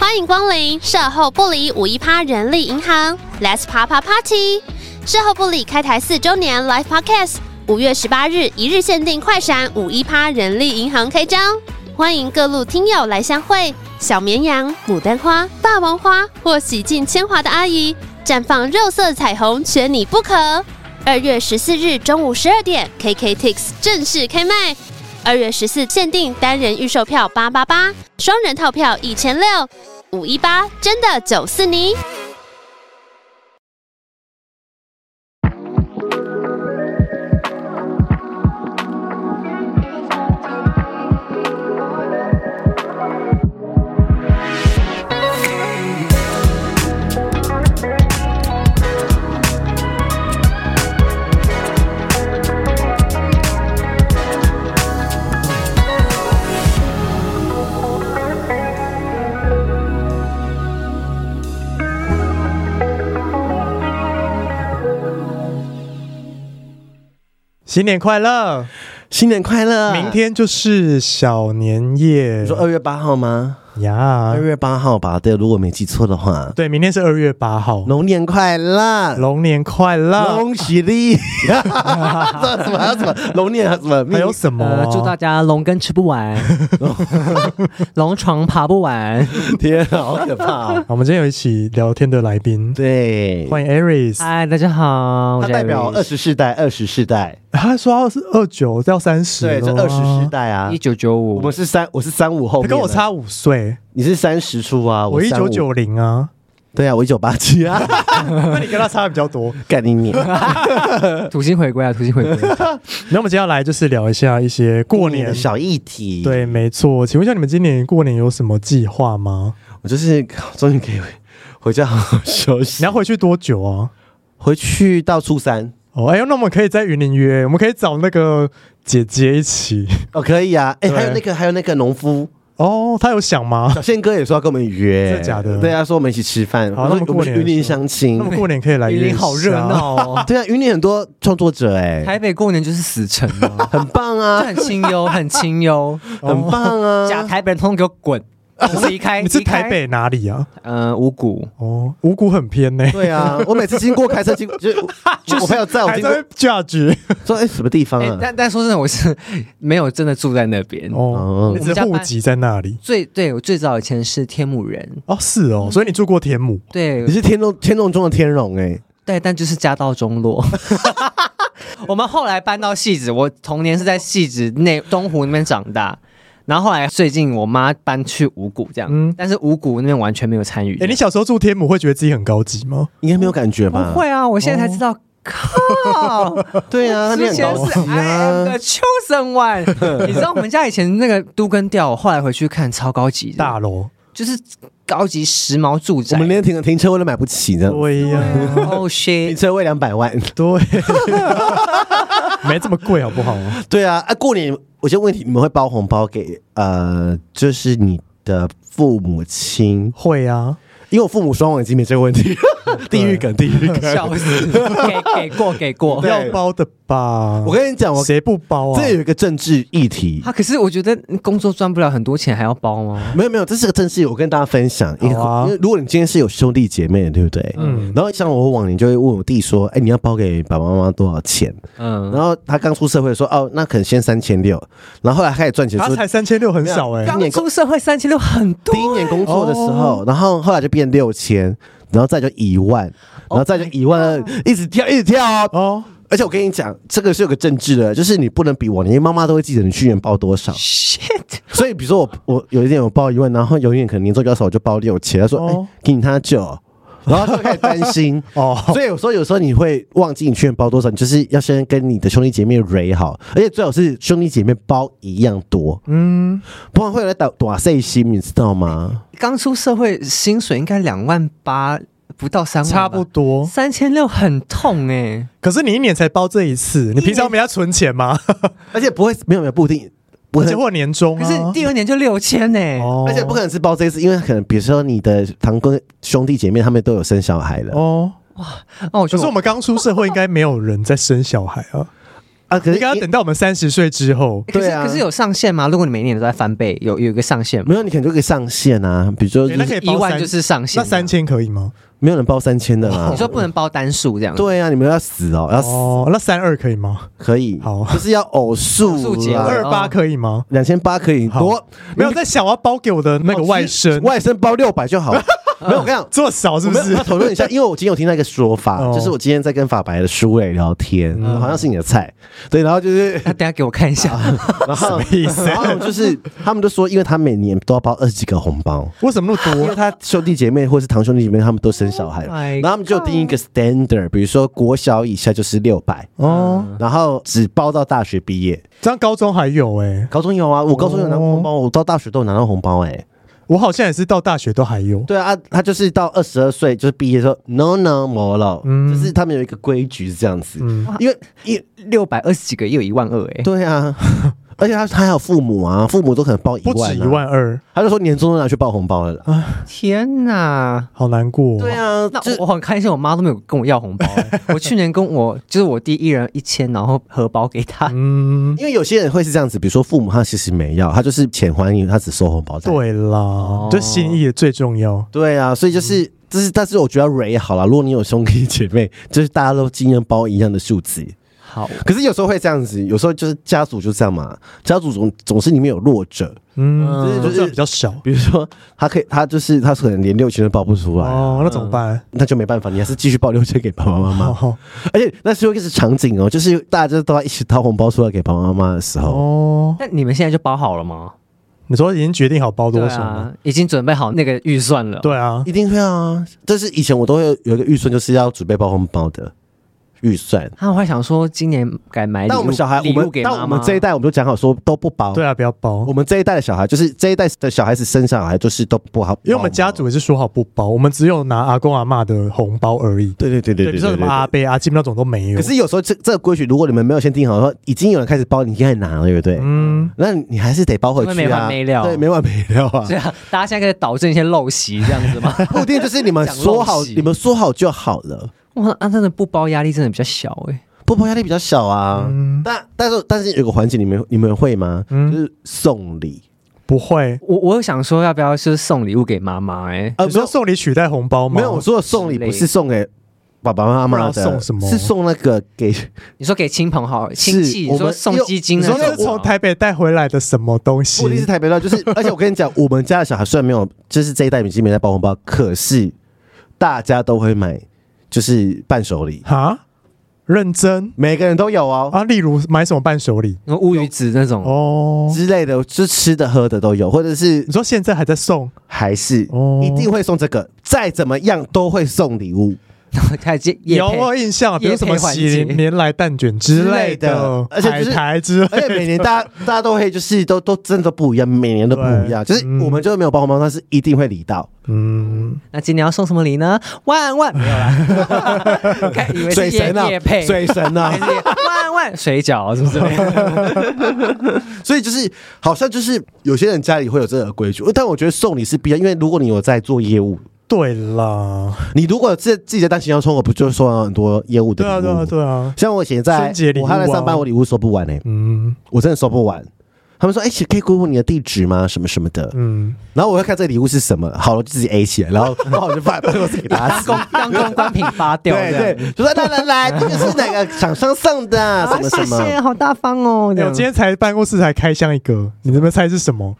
欢迎光临售后不理五一趴人力银行，Let's Papa Party。售后不理开台四周年 Live Podcast，五月十八日一日限定快闪五一趴人力银行开张，欢迎各路听友来相会。小绵羊、牡丹花、霸王花或洗尽铅华的阿姨，绽放肉色彩虹，缺你不可。二月十四日中午十二点，KKTix 正式开卖。二月十四限定单人预售票八八八，双人套票一千六，五一八真的九四你。新年快乐！新年快乐！明天就是小年夜，你说二月八号吗？呀二，月八号吧，对，如果没记错的话。对，明天是二月八号，龙年快乐！龙年快乐！恭喜你！什么什么什么龙年什么？还有什么呃，？祝大家龙根吃不 完，龙床爬不 完。天啊，好可怕哦！我们今天有一起聊天的来宾，对，欢迎 Aries。嗨，大家好，我它是代表 Aries 二十世代，二十世代，他说二是二九到三十，对，这二十世，代啊一。九九五我们是三，我是三五后他面，跟我，差五岁，你是三十出啊，我一九35九，零 啊，对啊，我一九八七啊， 那你跟他差的比较多。干你你，土星回归啊，土星回 归。那我们接下来就是聊一下一些过年的。小议题，对，没错。请问一下，你们今年过年有什么计划吗？我就是终于可以回回家好好休息你，要回去多久啊？回去到初三哦，哎呦，那我们可以在云林约，我们可以找那个姐姐一起。哦，可以啊，哎，对还有那个还有那个农夫哦，他有想吗？ 小宪哥也说要跟我们约，真的假的对啊，说我们一起吃饭，好我那们么我过们年去的云林时候相亲那，么过年可以来云约一林下好热。闹哦，对啊，云林很多创作者哎， 台北过年就是死城啊，很棒就啊， 很清幽，很清幽。哦很棒啊， 假台北人通通 给我滚，离开，你是哎离开台？北哪里啊？呃，五谷。哦，五谷很偏呢、对啊，我每次经过开车经，就就我朋友载啊我还经过在，价值说哎什么地方哎啊，？但但说真的，我是没有真的住在那边。哦哦，你只是户籍在那里最对我最早以前是天母人，哦，是哦，所以你住过天母，对你是天龙天龙中的天龙哎，对，但就是家道中 落。我们后来搬到戏子，我童年是在戏子内东湖那边长大，然后后来最近我妈搬去五谷这样，嗯但是五谷那边完全没有参与。哎、你小时候住天母会觉得自己很高级吗？应该没有感觉吧不？会啊，我现在才知道。靠！ 对啊，你之很前高是级 I am 啊 the。chosen one。你知道我们家以前那个都跟调，我后来回去看超高级的，大楼，就是高级时髦住宅我。们连停停车位都买不起呢，对呀、停哦 shit！车位两百万。对，没这么贵好不好？对啊，啊，过年我先问你，你们会包红包给呃，就是你的父母亲？会啊，因为我父母双亡已经没这个问题， 地狱梗，地狱梗。笑 死！给给过给过，对要包的吧？我跟你讲，我谁不包啊？这有一个政治议题啊，，可是我觉得工作赚不了很多钱，还要包吗？没有没有，这是个正事，我跟大家分享。因为、好啊因为如果你今天是有兄弟姐妹的，对不对？嗯嗯。然后像我往年就会问我弟说：“哎、你要包给爸爸妈妈多少钱？”嗯，然后他刚出社会说：“哦，那可能先三千六。”然后后来开始赚钱他说。才三千六，很少哎、刚刚出社会三千六很多第一年工作的时哦候，然后后来就变六千，然后再就一万，然后再就一万二，一直跳，一直跳哦。哦，而且我跟你讲，这个是有个政治的，就是你不能比我，因为妈妈都会记得你去年报多少。 ，shit，所以比如说我我有一点我报一万，然后有一点可能年终比较少，我就报六千。他说：“哎、哦给你他九。”然后他就开始担心 哦 所以有时候有时候你会忘记你去年包多少，你就是要先跟你的兄弟姐妹 r 好，而且最好是兄弟姐妹包一样多，嗯，不然会来打打碎心，你知道吗？刚出社会薪水应该两万八，不到三万，差不，多。三千六很痛哎，可是你一年才包这一次，你平常没要存钱吗？而且不会没有没有不一定，不而 会且。或年终可啊，是第二年就六千哎，哦而且不可能是包这一次，因为可能比如说你的堂哥兄弟姐妹他们都有生小孩了，哦。哦，我可觉得是我们刚出社会，应该没有人在生小孩啊。啊，可你是给他因等到我们三十岁之后，可是对啊可是有上限吗？如果你每年都在翻倍，有有一个上限吗？没有，你可能就可以上限啊，比如说对那可以一包万三就是上限那啊，三千可以吗？没有人包三千的啦。你说不能包单数这样？，嗯对啊，你们要死哦，要死、哦，那三二可以吗？可以，好就是要偶偶数数结尾啦二八可以吗？两千八可以好多，哦没有在想我要包给我的那个外甥，外甥包六百 就好。没有，我跟你讲，做少是我不们是要？讨论一下，因为我今天有听到一个说法，哦就是我今天在跟法白的舒磊聊天，嗯好像是你的菜，对，然后就是，那等一下给我看一下。然 后什么意思然后就是他们都说，因为他每年都要包二十几个红包。为什么那因么为多？他兄弟姐妹或是堂兄弟姐妹，他们都生小孩 Oh 了， my 然后他们就定一个 standard，比如说国小以下就是六百，哦，然后只包到大学毕业。这样高中还有哎，高中有啊，我高中有拿过红包，我到大学都有拿到红包哎、我好像也是到大学都还有。对啊，他就是到二十二岁就是毕业说 no no more 了，嗯就是他们有一个规矩是这样子，嗯，因为一六百二十几个也有一万二哎、对啊，而且他他还有父母啊，父母都可能包一不万、啊止一，万哦二，他就说年终都拿去包红包了啦。天哪！好难过。哦对，啊，那就我我很开心，我妈都没有跟我要红包欸、 我去年跟我就是我弟一人一千，然后荷包给他。嗯，因为有些人会是这样子，比如说父母他其实没要，他就是钱还你，他只收红包。，对啦，哦这心意也最重要。对啊，所以就是。嗯就是，但是我觉得蕊好了。如果你有兄弟姐妹，就是大家都尽量包一样的数字。好，可是有时候会这样子，有时候就是家族就这样嘛，家族总总是里面有弱者，嗯，就就是是比较少。比如说他可以，他就是他可能连六千都报不出来，哦，那怎么办？那就没办法，你还是继续报六千给爸爸妈妈。哦而且那时候一个场景哦，就是大家都要一起掏红包出来给爸爸妈妈的时候，哦，那你们现在就包好了吗？你说已经决定好包对多少吗？啊，已经准备好那个预算了。对啊，一定会啊。但是以前我都会有一个预算，就是要准备包红包的预算。他会想说今年改买礼但物，我们小孩，我礼们物给但妈我妈。们这一代，我们就讲好说都不包。对啊，不要包我。们这一代的小孩，就是这一代的小孩子生小孩，就是都不好包红包，因为我们家族也是说好不包，我们只有拿阿公阿妈的红包而已。对对对对比对如说对什对么阿伯阿金那种都没有。可是有时候这这个规矩，如果你们没有先定好，说已经有人开始包，你现在拿了，对不对？嗯，那你还是得包回去啊，因为没完没了对，没完没了 啊。对啊，大家现在开始导正一些陋习这样 子吗？不一定就是你们讲说好，陋习你们说好就好了。哇，那、真的不包压力真的比较小哎、不包压力比较小啊，嗯但但是但是有个环节你们你们会吗？嗯就是送礼不会。我我有想说要不要就是送礼物给妈妈哎，啊，你说不是送礼取代红包吗？没有，我说的送礼之类不是送给爸爸妈妈不的，然要送什么是送那个 给你说给亲朋好亲戚，我你说们送基金你那说种吗，这是从台北带回来的什么东西不一？定是台北的，就是而且我跟你讲，我们家的小孩虽然没有，就是这一代已经没在包红包，可是大家都会买，就是伴手礼，哈，认真每个人都有哦。啊！例如买什么伴手礼？什么乌鱼子那种，哦，之类的，就是吃的喝的都有，或者是你说现在还在送？还是哦一定会送这个，再怎么样都会送礼物 开始接夜有配我有印象，比如什么业配环喜节临年来蛋卷之类的，之类的而且海就是苔之 类而且的。每年大家大家都会就是都都真的不一样，每年都不一样，就对是我们就是没有包红包，但是一定会理到嗯，那今年要送什么礼呢？万万没有啦，看以为是水夜神啊夜配，，水神 啊还，是夜万万水饺啊是不是？所以就是好像就是有些人家里会有这个规矩，但我觉得送礼是必要，因为如果你有在做业务，对啦，你如果自自己在当行销窗口，不就收到很多业务的对啊，礼对物？啊，对啊，像我以前在春节礼物我啊还在上班，我礼物收不完呢、欸嗯我真的收不完。他们说：“哎、可以公布你的地址吗？什么什么的。”嗯，然后我会看这礼物是什么，好了就自己 A 起来，然后然后我就把办公室给大家 当吃公。当公关品发掉，对这样对，就说来来来，这个是哪个厂商送的啊，什么什啊谢谢，么？好大方哦。这哎样我今天才办公室才开箱一个，你能不能猜是什么？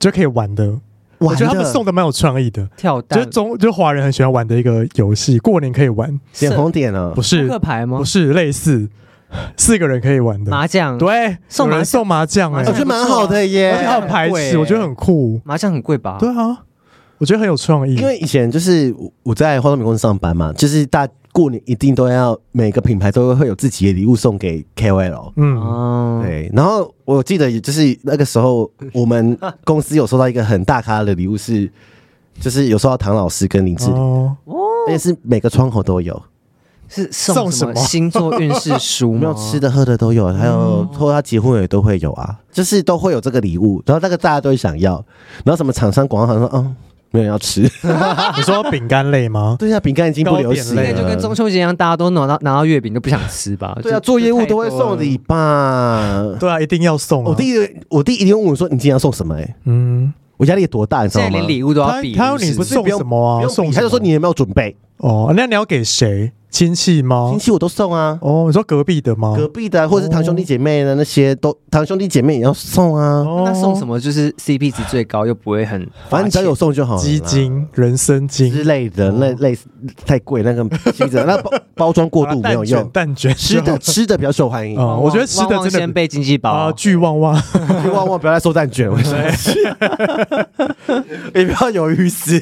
就可以玩的，我我觉得他们送的蛮有创意的，跳就蛋是中就华人很喜欢玩的一个游戏，过年可以玩，点红点啊不，是扑克牌吗不？是类似四个人可以玩的，麻将，对，送有人麻将送麻将哎，我觉得而蛮好的耶。且还有牌很池，贵我觉得很酷，麻将很贵吧？对啊，我觉得很有创意，因为以前就是我我在化妆品公司上班嘛，就是大过年一定都要每个品牌都会有自己的礼物送给 KOL。嗯哦，对，然后我记得就是那个时候，我们公司有收到一个很大咖的礼物是，就是有收到唐老师跟林志玲， 哦，而且是每个窗口都有。是送送什什么么星座运势书我吗？们有吃的喝的都有，还有哦或者他结婚也都会有啊，就是都会有这个礼物，然后那个大家都会想要，然后什么厂商广告行说，嗯，没有人要吃。你说饼干类吗？对呀、啊饼干已经不流行糕了，点类啊就跟中秋节一样，大家都拿到拿到月饼就不想吃吧？对啊，就做业务都会就太多送了礼吧。对啊，一定要送啊。我弟我弟一定问我说：“你今天要送什么、欸嗯，？”我压力多大，你知现道在吗连？礼物都要他比，他要你是不不是送什么不啊？用送比他就说你有没有准备？哦，那你要给谁？亲戚吗亲？戚我都送啊，哦，你说隔壁的吗？隔壁的啊或者是堂兄弟姐妹的那些都，堂兄弟姐妹也要送啊。哦那送什么就是 CP 值最高又不会很反正你只要有送就好了啦。鸡精、人参之精，类的，类类似太贵，那个记者 那包包装过度没有好啦用，啊蛋卷啊蛋卷 吃的吃的比较受欢迎。哦，我觉得吃的旺旺真先的被经济啊，包，巨旺旺。 万万不要再收蛋卷，我生气， 你不要犹 豫思。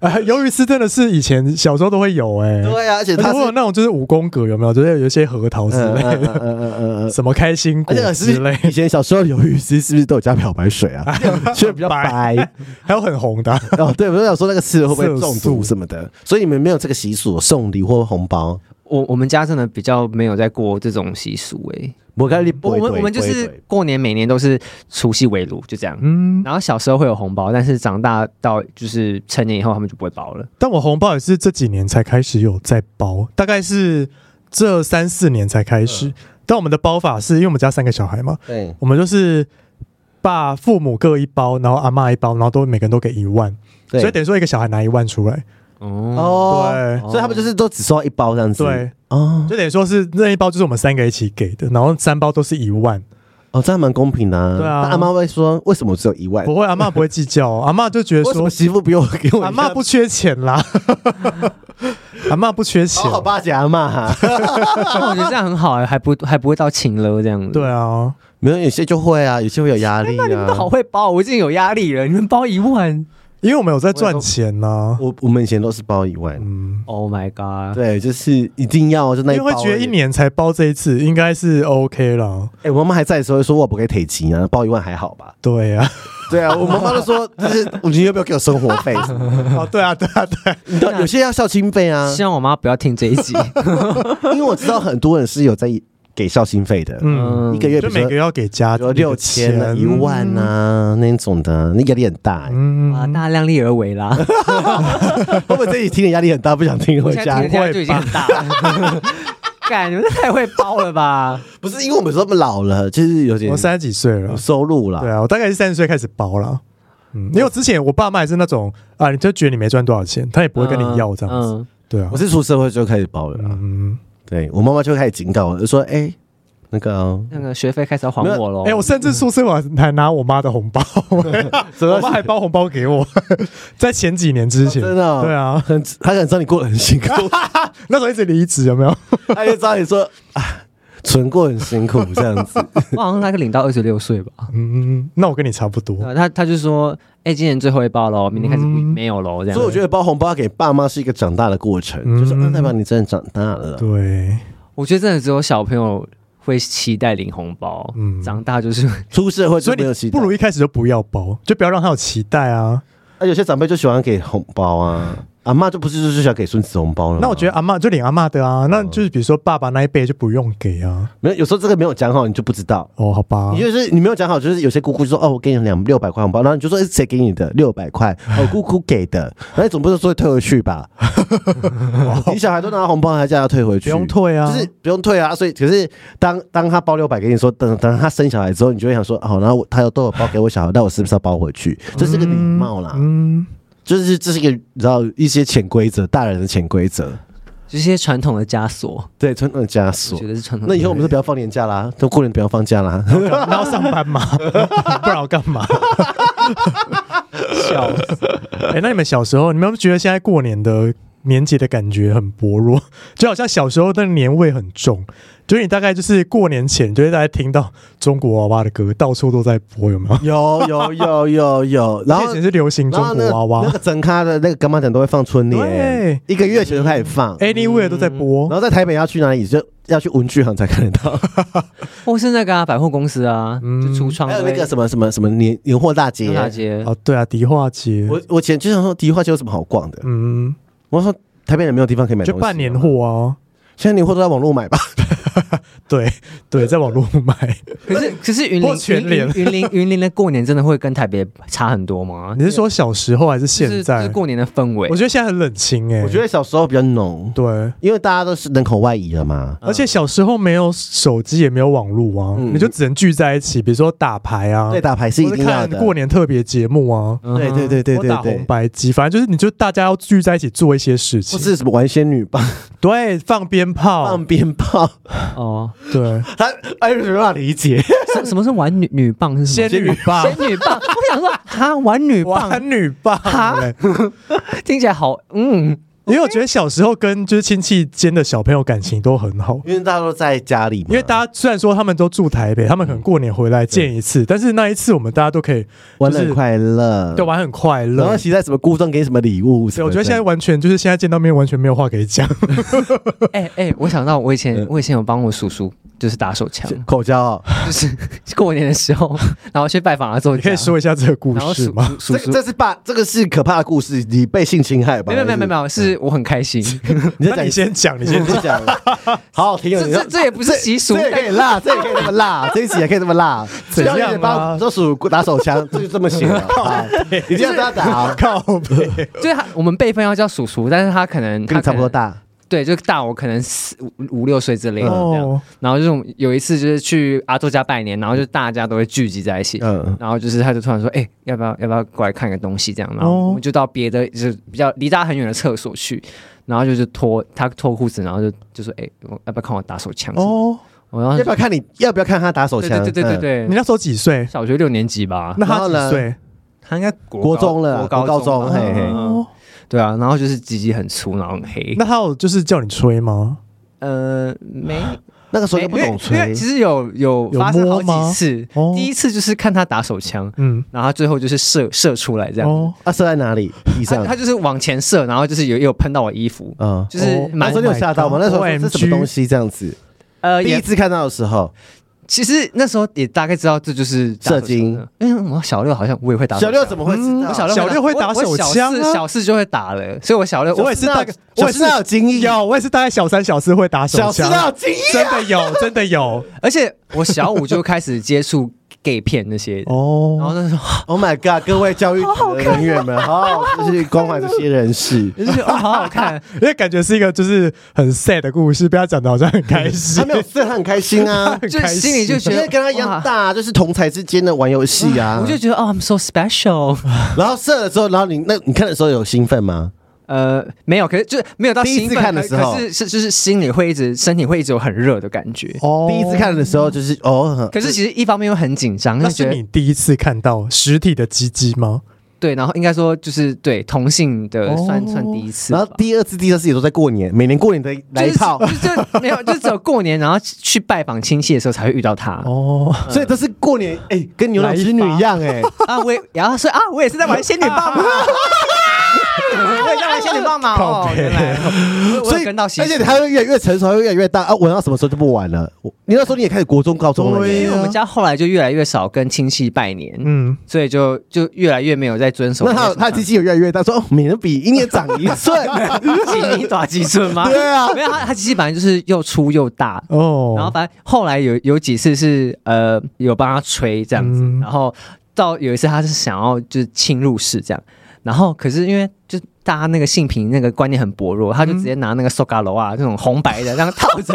啊，鱿鱼丝真的是以前小时候都会有哎、欸，对啊，而且而且它会有是那种就是五宫格有没有？就是有一些核桃之嗯类嗯的，嗯嗯嗯 嗯。什么开心果而且是之不类，是以前小时候鱿鱼丝是不是都有加漂白水啊？ 所以比较白还有很红的啊、哦。对，我就想说那个吃了会不会色中素毒什么的，所以你们没有这个习俗送礼或红包。我我们家真的比较没有在过这种习俗哎、我跟你我我们我们就是过年每年都是除夕围炉就这样，嗯，然后小时候会有红包，但是长大到就是成年以后他们就不会 包了。但我红包也是这几年才开始有在包，大概是这三四年才开嗯始。但我们的包法是因为我们家三个小孩嘛，对我们就是爸父母各一包，然后阿妈一包，然后都每个人都给一万，对，所以等于说一个小孩拿一万出来，哦，哦，对所以他们就是都只收一包这样子。对，哦，就等于说是那一包就是我们三个一起给的，然后三包都是一万。哦，这样蛮公平的、啊。对啊那阿妈会说为什么我只有一万？不会，阿妈不会计较、哦，阿妈就觉得哎为什么说，媳妇比我给我一样哦阿妈 不缺钱啦，阿妈不缺钱哦好，好巴结阿妈、 哈那我觉得这样很好哎、还不还不会到请了这样子。对啊，没有有些就会啊，有些会有压力那你们都啊。好会包，我已经有压力了。你们包一万因为我们有在赚钱呢、我我们以前都是包一万，嗯， ，Oh my god！对，就是一定要就那因一为包会而已。觉得一年才包这一次，应该是 OK 了。哎、我妈妈还在的时候会说我不给腿钱啊，包一万还好吧？ 对 啊，对啊，我妈妈都说就是你要不要给我生活 费？哦，对啊，对啊，对啊，你知道有些要孝心费啊，希望我妈不要听这一集。因为我知道很多人是有在给孝心费 的，嗯，一个月比就如说每个要给家比如说六千啊、一万，啊那种的啊，那压力很大、欸。嗯啊，大家量力而 为啦。会不会自己听的压力很大，不想听我回现家在？听人家就已经很大了。 干，你们太会包了吧？不是因为我们说我们老了，就是有点我三十几岁了有，收入对啦。啊，我大概是三十岁开始包了。嗯，因为我之前我爸妈也是那种啊，你就觉得你没赚多少钱，他也不会跟你要这样子。嗯，对啊我，是出社会就开始包了啦。嗯，对我妈妈就开始警告我，就说：“哎，那个哦那个学费开始要还我喽。哎、我甚至宿舍我还拿我妈的红 包、我妈还包红包给我， 在前几年之前，真的哦对啊，很，她想知道你过得很辛 苦，那时候一直离职，有没有？她就知道你说啊，存过很辛苦这样 子。我好像大概领到二十六岁吧。嗯，那我跟你差不多对，啊他他就说，哎、今年最后一包喽，明天开始不嗯没有喽，这样。所以我觉得包红包给爸妈是一个长大的过程，嗯就是啊代表你真的长大了。对，我觉得真的只有小朋友会期待领红包，嗯长大就是 出社会就所以没有期你待不，如一开始就不要包，就不要让他有期待啊。啊，有些长辈就喜欢给红包啊，阿妈就不是就是想给孙子红包了吗。那我觉得阿妈就领阿妈的啊，嗯那就是比如说爸爸那一辈就不用给啊。没有，有时候这个没有讲好，你就不知道。哦，好吧你，就是你没有讲好，就是有些姑姑就说哦，我给你两六百块红包，然后你就说诶谁给你的六百块？ 哦，姑姑给的，那你总不能说退回去吧？你小孩都拿红包，还叫他退回不去？用、退啊，就是不用退啊。所以可是当当他包六百给你说，等等他生小孩之后，你就会想说哦，然后我他又都有包给我小孩，那我是不是要包回去？这是个礼貌啦，嗯，就是这是一个你知道一些潜规则，大人的潜规则，就是一些传统的枷锁，对，传统的枷我锁觉。得是传统的那以后我们就不要放年假啦，都过年不要放假啦。 然后上班嘛， 不然我干嘛？笑死。哎、那你们小时候，你们有没有觉得现在过年的年节的感觉很薄弱？ 就好像小时候的年味很重，就是你大概就是过年前，就会大家听到中国娃娃的歌到处都在播，有没有？ 有有有有有，然后以前是流行中然后国那娃个那娃、个整咖的那个干妈展都会放春联对，一个嗯月前就开始放， a n y w h e r e 都在播然。后在台北要去哪里就要去文具行才看 得到，或是那个、啊、百货公司啊，嗯就橱窗还有那个么什么什么什么年年货大街。大街，哦，对啊，迪化街，我我前就想说迪化街有什么好逛的？嗯，我说台北人没有地方可以买就东西，办年，货啊，现在年货都在网络买吧。对对，在网络买，可是可是云或林全云林联云林云林的过年真的会跟台北差很多吗？你是说小时候还是就是现在就是？过年的氛围我？觉得现在很冷清哎、我觉得小时候比较浓，对。因为大家都是人口外移了嘛。而且小时候没有手机，也没有网络啊，嗯你就只能聚在一起，比如说打牌啊，对，打牌是一或者定要看的。过年特别节目啊，嗯哼对对对对或打对红对，白机，反正就是你就大家要聚在一起做一些事不情，是什么玩仙女棒、对，放鞭炮放，鞭炮， 哦，对，他哎艾瑞没办法理解。什什么是玩女女棒是什么？仙女啊棒，仙女棒， 我想说哈玩女棒玩女棒哈嘞，听起来好嗯，因为我觉得小时候跟就是亲戚间的小朋友感情都很好，因为大家都在家里嘛，因为大家虽然说他们都住台北，他们可嗯能过年回来见一次，但是那一次我们大家都可以玩就的是快乐，对玩很快然后乐。期待什么故障给什么礼物什对，我么的。觉得现在完全就是现在见到面完全没有话可以 讲，哎、哎、我想到我以前嗯我以前有帮我叔叔就是打手枪，口交哦，就是 过年的时候，然后去拜访他做，你可以说一下这个故然后事叔吗？叔这叔叔个这是爸，这个是可怕的故事，你被性侵害吧？没有没有没还有是没，有，是我很开心。 你再那你讲一次，嗯先讲，你你先讲。先讲，好好听哦。这你说这这也不是习俗这也可以辣，这也可以这么辣，这一集也可以这么辣。怎样啊不要一直帮说属打手枪，这就这么写了。好你这样这样打 啊，靠 背，就是他我们辈分要叫叔叔，但是他可能跟他你差不多可能，大。对，就大我可能四五五六岁之类的这样。哦然后这种有一次就是去阿周家拜年，然后就大家都会聚集在一起。嗯，然后就是，他就突然说：“哎、要不要要不要过来看个东西？”这样，然哦后我们就到别的就是比较离大家很远的厕所去，然后就是脱他脱裤子，然后就就说：“哎、我要不要看我打手枪？”哦，哦，我要要不要看你？要不要看他打手对枪？嗯对对对对对，你那时候几岁？小学六年级吧，那然他后几呢岁？他应该国国高中了国高国高中吧嘿嘿哦对啊，然后就是鸡鸡很粗，然后很黑。那他有就是叫你吹吗？呃，没，嗯，那个时候没又不懂哎因为因吹为其，实有有有发生好摸吗几次哦，第一次就是看他打手枪，嗯，然后他最后就是射射出来这样，哦，啊，射在哪里？地他上他。就是往前射，然后就是有有喷到我衣服，嗯，就是哦那蛮时候你有吓到吗？ Oh 那 my 时候 god 这是什么东西这样子？呃第一也次看到的时候，其实那时候也大概知道这就是打手枪射精的，嗯因为我小六好像我也会打手小枪，六怎么会知道？我小六小六会打我我手枪啊小四小四就会打了，所以我小六我也是大概，小我也时候有是经验，有，我也是大概小三、小四会打手小时枪，候有经啊验。真的有，真的有而且我小五就开始接触 gay 片那些，然后哦。那时候 Oh my god！各位教育局的人员们，好哦好就是关怀这些人 士。就觉得哦好好看，因为感觉是一个就是很 sad 的故事，被他讲的好像很开心，他，没有射，他很开心啊 很就开心里就觉因得为跟他一样大，啊就是同才之间的玩游戏啊我。就觉得哦，I'm so special。然后射了之后，然后你那你看的时候有兴奋吗？呃，没有，可是就是没有到第一兴次奋看的可时候可是是就是心里会一直，身体会一直有很热的感觉。哦第一次，看的时候就是哦，很可是其实一方面又很紧张，那就觉是得你第一次看到实体的鸡鸡吗？对，然后应该说就是对同性的哦算算第一次吧，然后第二次、第三次也都在过年，每年过年的来一套就，是就就没有，就只有过年，然后去拜访亲戚的时候才会遇到他哦，所以都是过年哎，跟牛郎织女一样哎，啊。我也然后说啊，我也是在玩仙女 棒吗？我也在玩仙女棒嘛，靠哦，北原来 我我所有以跟到习而俗且他会越来越成熟，还会越来越大啊！玩到什么时候就不玩了？我你那时候你也开始国中、高中了对耶因为。我们家后来就越来越少跟亲戚拜年，嗯，所以就就越来越没有在遵守那那他种。有他的机器有越来越大，说哦，每年比一年长一岁，几大几寸吗？对啊没有他，他其实本来就是又粗又大。哦，然后反正后来有有几次是呃有帮他吹这样子，嗯然后到有一次他是想要就是侵入式这样，然后可是因为就大家那个性平那个观念很薄弱，他就直接拿那个 s o g a 楼啊那种红白的这样套 着，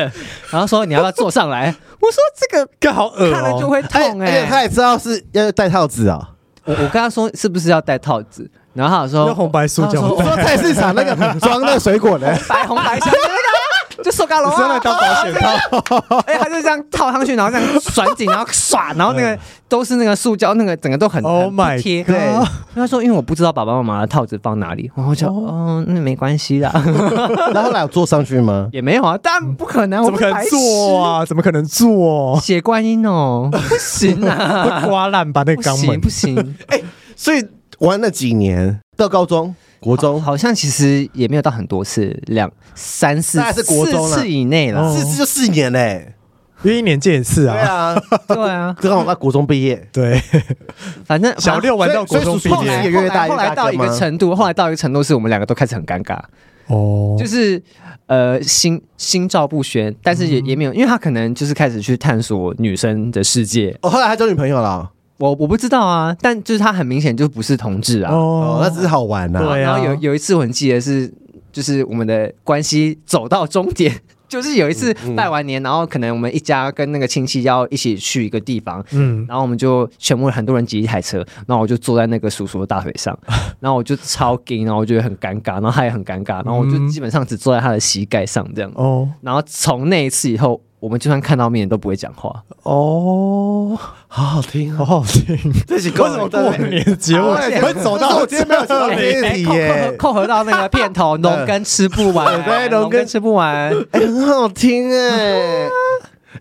然后说你要不要坐上来？我说这个干好恶看了就哦，会哎痛而哎、且他也知道是要戴套子啊。我我跟他说是不是要戴套子，然后他说用红白塑胶他说我说菜市场那个装那个水果的， 白红白相间那个，就手嘎龙 你真的 当啊，保险套，哎，他就这样套上去，然后这样甩紧，然后唰，然后那个都是那个塑胶，那个整个都很嗯 Oh 很 my 不贴。 God 对，因为他说因为我不知道爸爸妈妈的套子放哪里，然后我就 Oh 哦，那没关系啦， 然后后来有坐上去吗？也没有啊，但不可能，我怎么可能做啊？啊？怎么可能做？写观音 哦，不行会啊，刮烂吧那 不个肛行门不？行，所以玩了几年，到高中、国中，好像其实也没有到很多次，两三四大概是国中四啦次以内哦了，四次就四年嘞。因为一年见一次对啊。啊，对啊， 刚好在国中毕业，对， 反正小。六玩到国中毕所以所以叔叔后后业来，来也越大后来越大到一干个嘛程度，后来到一个程度是我们两个都开始很尴尬，哦，就是呃心心照不宣，但是也嗯也没有，因为他可能就是开始去探索女生的世界，哦，后来他交女朋友了，我我不知道啊，但就是他很明显就不是同志啊。哦，那只是好玩呐。对然后有啊有一次我很记得是，就是我们的关系走到终点。 就是有一次嗯拜完年，然后可能我们一家跟那个亲戚要一起去一个地方，嗯，然后我们就全部很多人挤一台车，然后我就坐在那个叔叔的大腿 上，然后我就超惊，然后我觉得很尴尬，然后他也很尴尬，然后我就嗯基本上只坐在他的膝盖上这样。哦然后从那一次以后，我们就算看到面都不会讲话。哦，好好听好，好 听，这是为什么过年的结我尾会走那到我今天没有哎想到这一题耶，哎扣合到那个 片头，农耕吃不完，对农农耕耕吃不完，哎，很好听哎，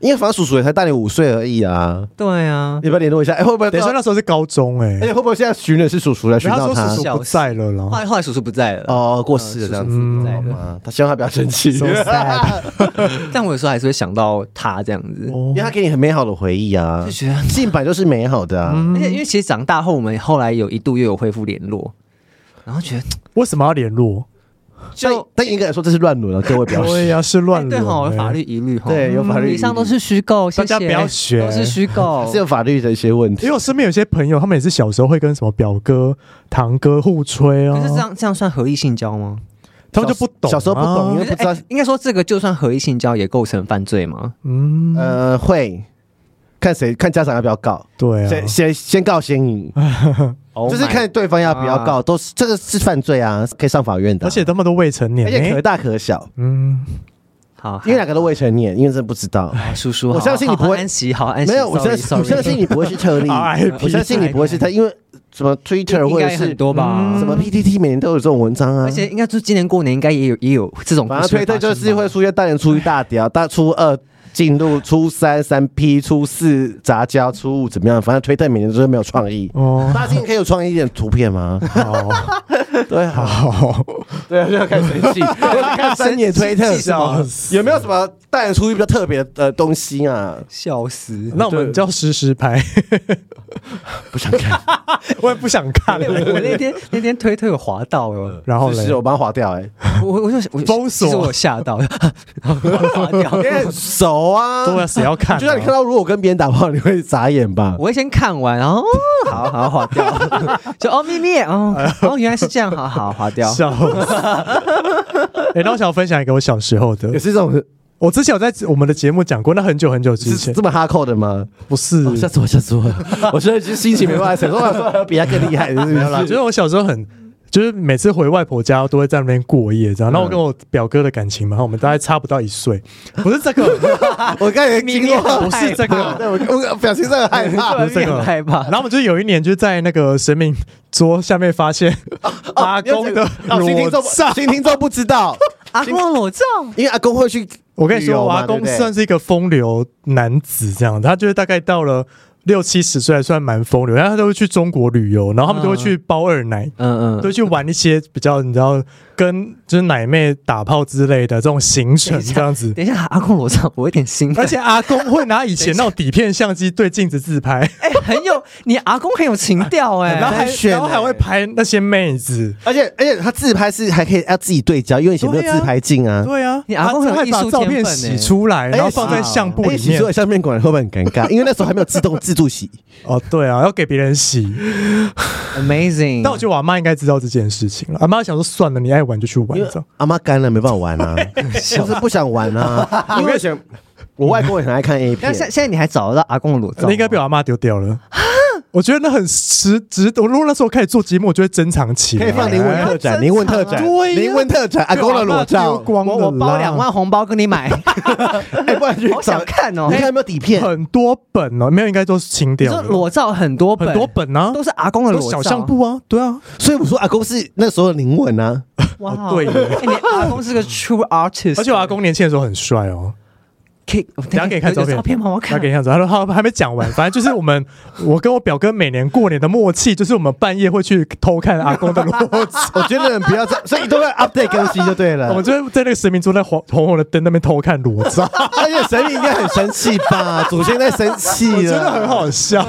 因为反正叔叔也才大你五岁而已啊，对啊，你要不要联络一下？哎，会不会等一下，到？那时候是高中哎、而且会不会现在寻人是叔叔来寻然到后他他说？叔叔不在了后啦，来后来叔叔不在了，哦，过世了这样子，嗯好吗？他希望他不要 生气， So 因 sad 但我有时候还是会想到他这样子，哦 为他给你很美好的回忆啊就，觉得，性本来就是美好的啊。而且因为其实长大后，我们后来有一度又有恢复联络，然后觉得哎为什么要联络？就但但应该来说这是乱伦了，啊各位不要哦对呀、是乱哎伦、对哈，有哎法律疑虑哈，欸对有法律疑虑以上都是虚构，谢大谢家不要学都是虚构是，有法律的一些问因题为。我身边有些朋友，他们也是小时候会跟什么表哥、堂哥互吹啊，可是哦这样这样算合意性交吗？他们就不懂、啊，小时候不懂因为可是不知道哎应该说这个就算合意性交也构成犯罪吗？嗯，呃，会看谁看家长要不要告，对先啊，先先告先赢，Oh 就是看对方要不要告，都是这个是犯罪啊，可以上法院的啊。而且他们都未成年，而且哎可大可小，嗯，好，因为两个都未成年，因为真不知道。哎叔叔，我好相信你不会好安息，好安息。没有，我相哎 sorry，信我相 sorry 信你不会是特例， RIP 我相信你不会是特，因为什么 Twitter 哎应或者该是嗯很多吧。什么 PTT 每年都有这种文章啊而。且应该就是今年过年应该也有也有这种故反事正推发特生吧，就是会出现大年初一大屌，大初二进入初三三 P，初四杂交，初五怎么样？反正推特每年都是没有创意。哦，大家今天可以有创意一点图片 吗？好，对啊， 好，对啊，就要看神器， 看三年推特笑死有没有什么大年初一比较特别的呃东西啊？笑死。那我们叫实时拍， 不想看， 我也不想 看哎我我那天那天推特有滑到哦，然后嘞是，是我帮他划掉哎，我我就我封锁其实我有吓到， 然后滑掉因。 为很熟啊，对啊，谁要看啊？就像你看到，如果跟别人打炮，你会眨眼吧？我会先看完，然后 哦好好划掉， 就哦咪咪哦哎哦原来是这样，好好划掉。笑死。 哎、那我想要分享一个我小时候的也，是这种我之前有在我们的节目讲过，那很久很久之是前这，么哈扣的吗？不是，哦吓死我，吓死我！我现在就心情没办法承受，我想说还有比他更厉害的，是不？没有啦，啊就是是我小时候很，就是每次回外婆家都会在那边过夜，这样。然嗯后我跟我表哥的感情嘛，我们大概差不到一岁，不是 这个，我刚才经过，不是这个。对我我表情真的很害怕。不是这你个很害怕然后我们就有一年就在那个神明桌下面发现阿公的哦新听裸众照。新听众不知道，阿公的裸照，因为阿公会去，我跟你说，我阿旅游嘛对公不对算是一个风流男子，这样，他就是大概到了六七十岁还算蛮风流，然后他都会去中国旅游，然后他们都会去包二奶，嗯都去玩一些比较你知道跟就是奶妹打炮之类的这种行程这样 子。等一下阿公裸照，我有点兴哎奋而，且阿公会拿以 前那种底片相机对镜子自拍，哎，很有 你阿公很有情调哎， 然后还很炫欸然后还会拍那些妹子。而且而且他自拍是还可以要自己对焦，因为以前没有对啊自拍镜啊。对啊，你阿公很有他还把艺术照片天分洗欸出来，然后哎放在是啊相簿哎，里洗面出。来相片馆会不会很尴 尬？因为那时候还没有自动自助 洗，哦，对啊，要给别人洗。 amazing。但我觉得我阿妈应该知道这件事情了。阿妈想说，算了，你爱玩就去玩因为这样。阿妈干了没办法玩 啊，就是不想玩啊。因为想我外公也很爱看 A 那片，现现在你还找得到阿公的裸照吗？那应该被我阿妈丢掉了。啊我觉得那很值值得。我如果那时候开始做节目，我就会珍藏起来。可以放灵魂特展，灵魂特展，对呀灵魂特哎啊展，阿公的裸被我阿妈照丢，光了啊我啦我包两万红包跟 你买，哎，不然去好想找。看哦你。看有没有底片？很多本哦，没有应该都是清你掉说的。裸照很多本，很多本啊，都是阿公的都裸照，小相簿啊，对啊，所以我说阿公是那时候的灵魂啊，哇哦对耶哎你阿公是个 true artist，而且我阿公年轻的时候很帅哦。可以，我等下给你看照有片，有照片吗？我要等下看给。你看照片。他说他还没讲完，反正就是我们，我跟我表哥每年过年的默契，就是我们半夜会去偷看阿公的裸照。 我觉得不要这样，所以都会 update 更新就对我了们。就会在那个神明桌那黄红红的灯那边偷看裸 照，而且神明应该很生气吧？祖先在生气我了，觉得很好笑。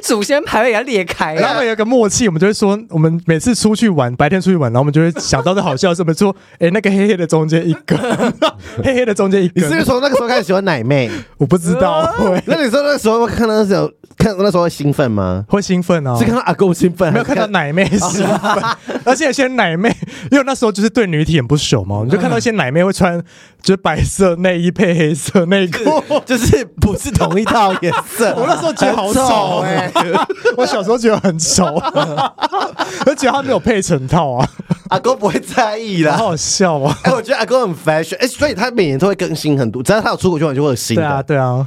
祖先牌位给它裂 开然后我啊。们有一个默契，我们就会说，我们每次出去玩，白天出去玩，然后我们就会想到的好笑是，我们说， 哎，那个 黑黑的中间一根，黑黑的中间一你是不 是啊根，从那个时候开始喜欢奶妹？我不知道，会那你说那时候看到那时候看那时候会兴奋吗？会兴奋啊是，看到阿公兴奋，没有看到奶妹兴奋，啊而且有些奶妹，因为那时候就是对女体很不熟嗯嘛，我们就看到一些奶妹会穿就是白色内衣配黑色内裤，还是， 就是啊不是同一套颜 色。 我那时候觉得好丑哎、 我小时候觉得很丑， 而且他没有配成套啊，阿公不会在意好啦。好笑啊！ 哎，我觉得阿公很 fashion，哎，所以他每年都会更新很多，只要他有出国去玩就会有新对啊，的。对啊，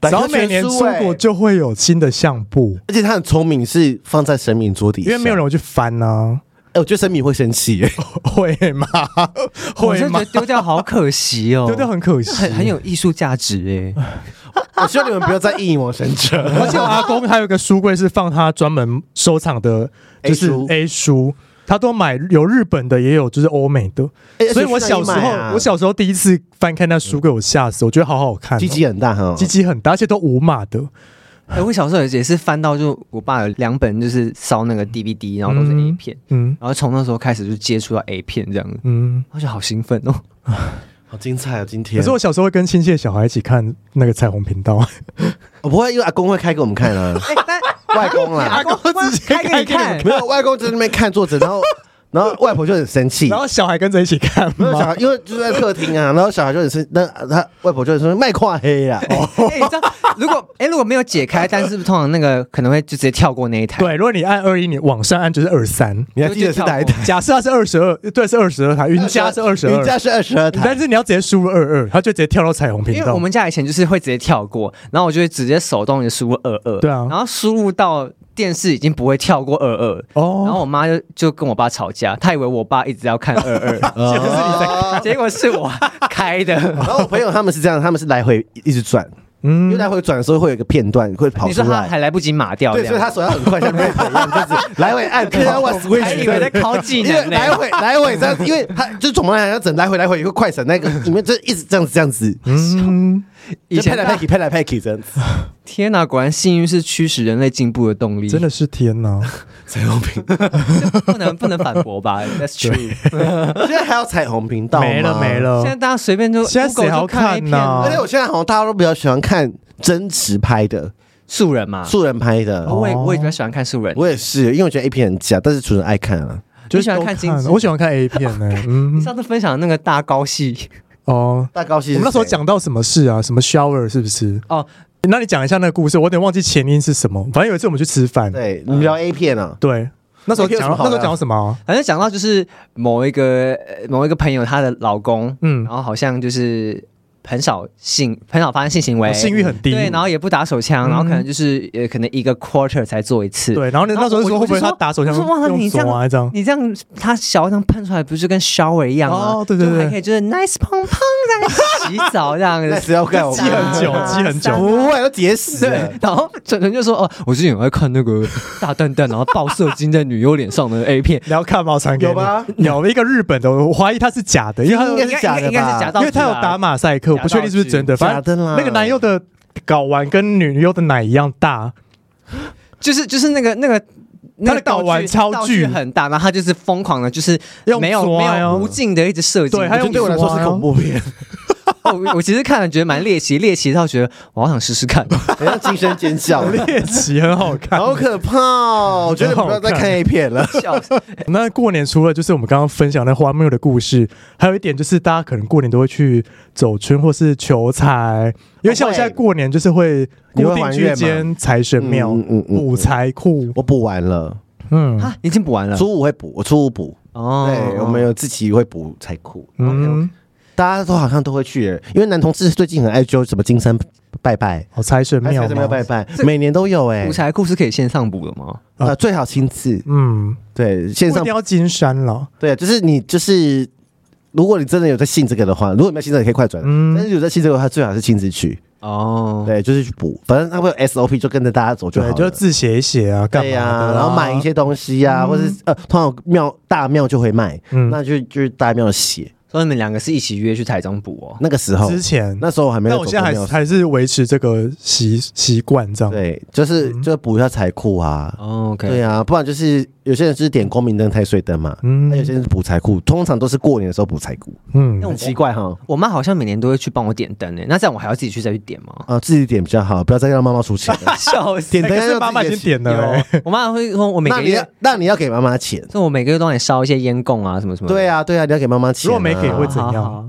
百然科后每年全出书哎国就会有新的相簿，而且他很聪明，是放在神明桌底下，因为没有人。会去翻呢、哎，我觉得神明会生 气， 哎，啊， 会吗？我会真的吗觉得？丢掉好可惜哦， 丢掉很可惜，很很有艺术价值哎。我希望你们不要再意往神者。而且我阿公还有一个书柜是放他专门收藏的，就是 A 书 A 书，他都买有日本的，也有就是欧美的。哎所以我小时而且去哪里买啊候，我小时候第一次翻开那书柜，我吓死，我觉得好好看哦，鸡鸡很大哈，鸡鸡很大，而且都无码的，哎，我小时候也是翻到，就我爸有两本就是烧那个 DVD，然后都是 A 片，嗯然后从那时候开始就接触到 A 片这样子，嗯。我觉得好兴奋哦。好精彩哦！今天可是我小时候会跟亲戚的小孩一起看那个彩虹频道，我哦不会，因为阿公会开给我们看 啊，哎， 但外公啦，阿公自己开给你看，没有，外公就在那边看坐着，然后然后外婆就很生 气，然后小孩跟着一起看没有小吗？孩，因为就是在客厅嗯啊，然后小孩就很生，那他外婆就很说卖跨黑 啦，哦 哎、你知道，如果哎、如果没有解开，但是不是通常那个可能会就直接跳过那一台。，对，如果你按二一，你往上按就是二三。你还记得是哪一台？假设它是二十二，对，是二十二台，云家 是二十云家二，是二十二台但，是你要直接输入二二，它就直接跳到彩虹频因为道我。们家以前就是会直接跳过，然后我就会直接手动就输入二二，对啊然后输入到电视已经不会跳过二二。哦然后我妈就就跟我爸吵架，她以为我爸一直要看二二， 哦结果是我 开的。哦然后我朋友他们是这样，他们是来回一直转，因为嗯，来回转的时候会有一个片段会跑你说出她来。还来不及码掉，对，所以他手要很快，像 r a 一样，就是 来回按 P R Y 还 Switch，以为在考技因为能呢、来回来回这样子，因为他就是总共来要整来回来回一个快闪那个里面就一直这样子这样子，嗯嗯以就拍前来拍去拍来拍去这样 子。天哪，果然幸运是驱使人类进步的动力，真的是天哪！彩虹频，不能不能反驳吧？That's true。现在还有彩虹频道吗没了没。了现，在大家随便就哦现在 Google 谁就好看 A 看片呐而且我现在好像大家都比较喜欢看真实拍的、素人啊嘛，素人拍的。哦我也我也比较喜欢看素人。我也是，因为我觉得 A 片很假，但是主人爱看啊。就你喜欢都看精致我喜欢看 A 片呢。 你嗯，上次分享那个大高戏哦，大高兴。我们那时候，讲到什么事啊？什么 shower 是不是？哦，那你讲一下那个故事，我有点忘记前因是什么。反正有一次我们去吃饭，对，你们聊 A 片啊，对，那时候 A 片讲有什到那时么好候聊讲到什么啊？反正讲到就是某一个呃某一个朋友她的老公，嗯然，后好像就是很少性很少发生性行为，哦性欲很低，对，然后也不打手枪，嗯然后可能就是呃可能一个 quarter 才做一次。对，然后那那时候就我说会不会我就他说打手枪我说哇用你这手样啊这样？你这样，他小这样喷出来，不是跟 shower 一样吗？哦对对对就还可以就是 nice 砰砰这样洗澡这样那子，时要干我积嗯很久，积很久。不会，都结石了。 对， 然后整人就说：“哦，我之前有在看那 个大蛋蛋，然后爆射精在女优脸上的 A 片，你要看吗？我传给你有吗？有一个日本的，我怀疑他是假的，因为他应该是假的吧应该是假道啊因具啦为他有打马赛克，我不确定是不是真的。假反道具正假的啦那个男优的睾丸跟女优的奶一样大，就是就是那个那个。”那他个的道睾丸具超道巨具很大，然后他就是疯狂的，就是用没有抓没呀有无尽的一直射精。对我还有就就哦对我来说是恐怖片，我我其实看了觉得蛮猎奇，猎奇到觉得我好想试试 看。啊很像惊声 尖叫，猎奇很好看。好可怕哦！我觉得你们不要再看 A 片了。笑死！那过年除了就是我们刚刚分享那荒谬的故事，还有一点就是大家可能过年都会去走春或是求财，因为像我现在过年就是会你会固定还去一愿间财神庙嗯嗯嗯嗯补财库，我补完了，嗯啊，已经补完了初五会补，我初五补。哦对，我们有自己会补财库，嗯，大家都好像都会去耶，因为男同志最近很爱揪什么金山拜拜，哦财神还有庙什么吗要拜拜，每年都有哎补。财库是可以线上补的吗？呃，最好亲自嗯，对不线一上定要金山了，对，就是你就是，如果你真的有在信这个的话，如果你没有信这个，你可以快转。嗯但是有在信这个的话，最好是亲自去，哦，对，就是去补，反正他会有 SOP，就跟着大家走就好对，了。就自写一写啊，干对嘛呀、的啊然后啊买一些东西呀、或者是呃，通常庙大庙就会卖，嗯那就就是大庙写，说你们两个是一起约去台中补哦。那个时候，之前，那时候我还没但有走我公现在还庙是社，还是维持这个习习惯这样。对，就是嗯就补一下财库啊。哦 OK，对啊，不然就是有些人是点光明灯、太岁灯嘛，嗯那有些人是补财库，通常都是过年的时候补财库，嗯，很奇怪哈。我妈好像每年都会去帮我点灯诶，欸那这样我还要自己去再去点吗？啊，自己点比较好，不要再让妈妈出钱了。笑死！点哎灯可要是妈妈已自己经点了欸，我妈会说，我每那个你月要，那你要给妈妈钱。就我每个月都帮你烧一些烟供啊，什么什么。对啊，啊，对啊，你要给妈妈钱啊。如果没给会怎样好好好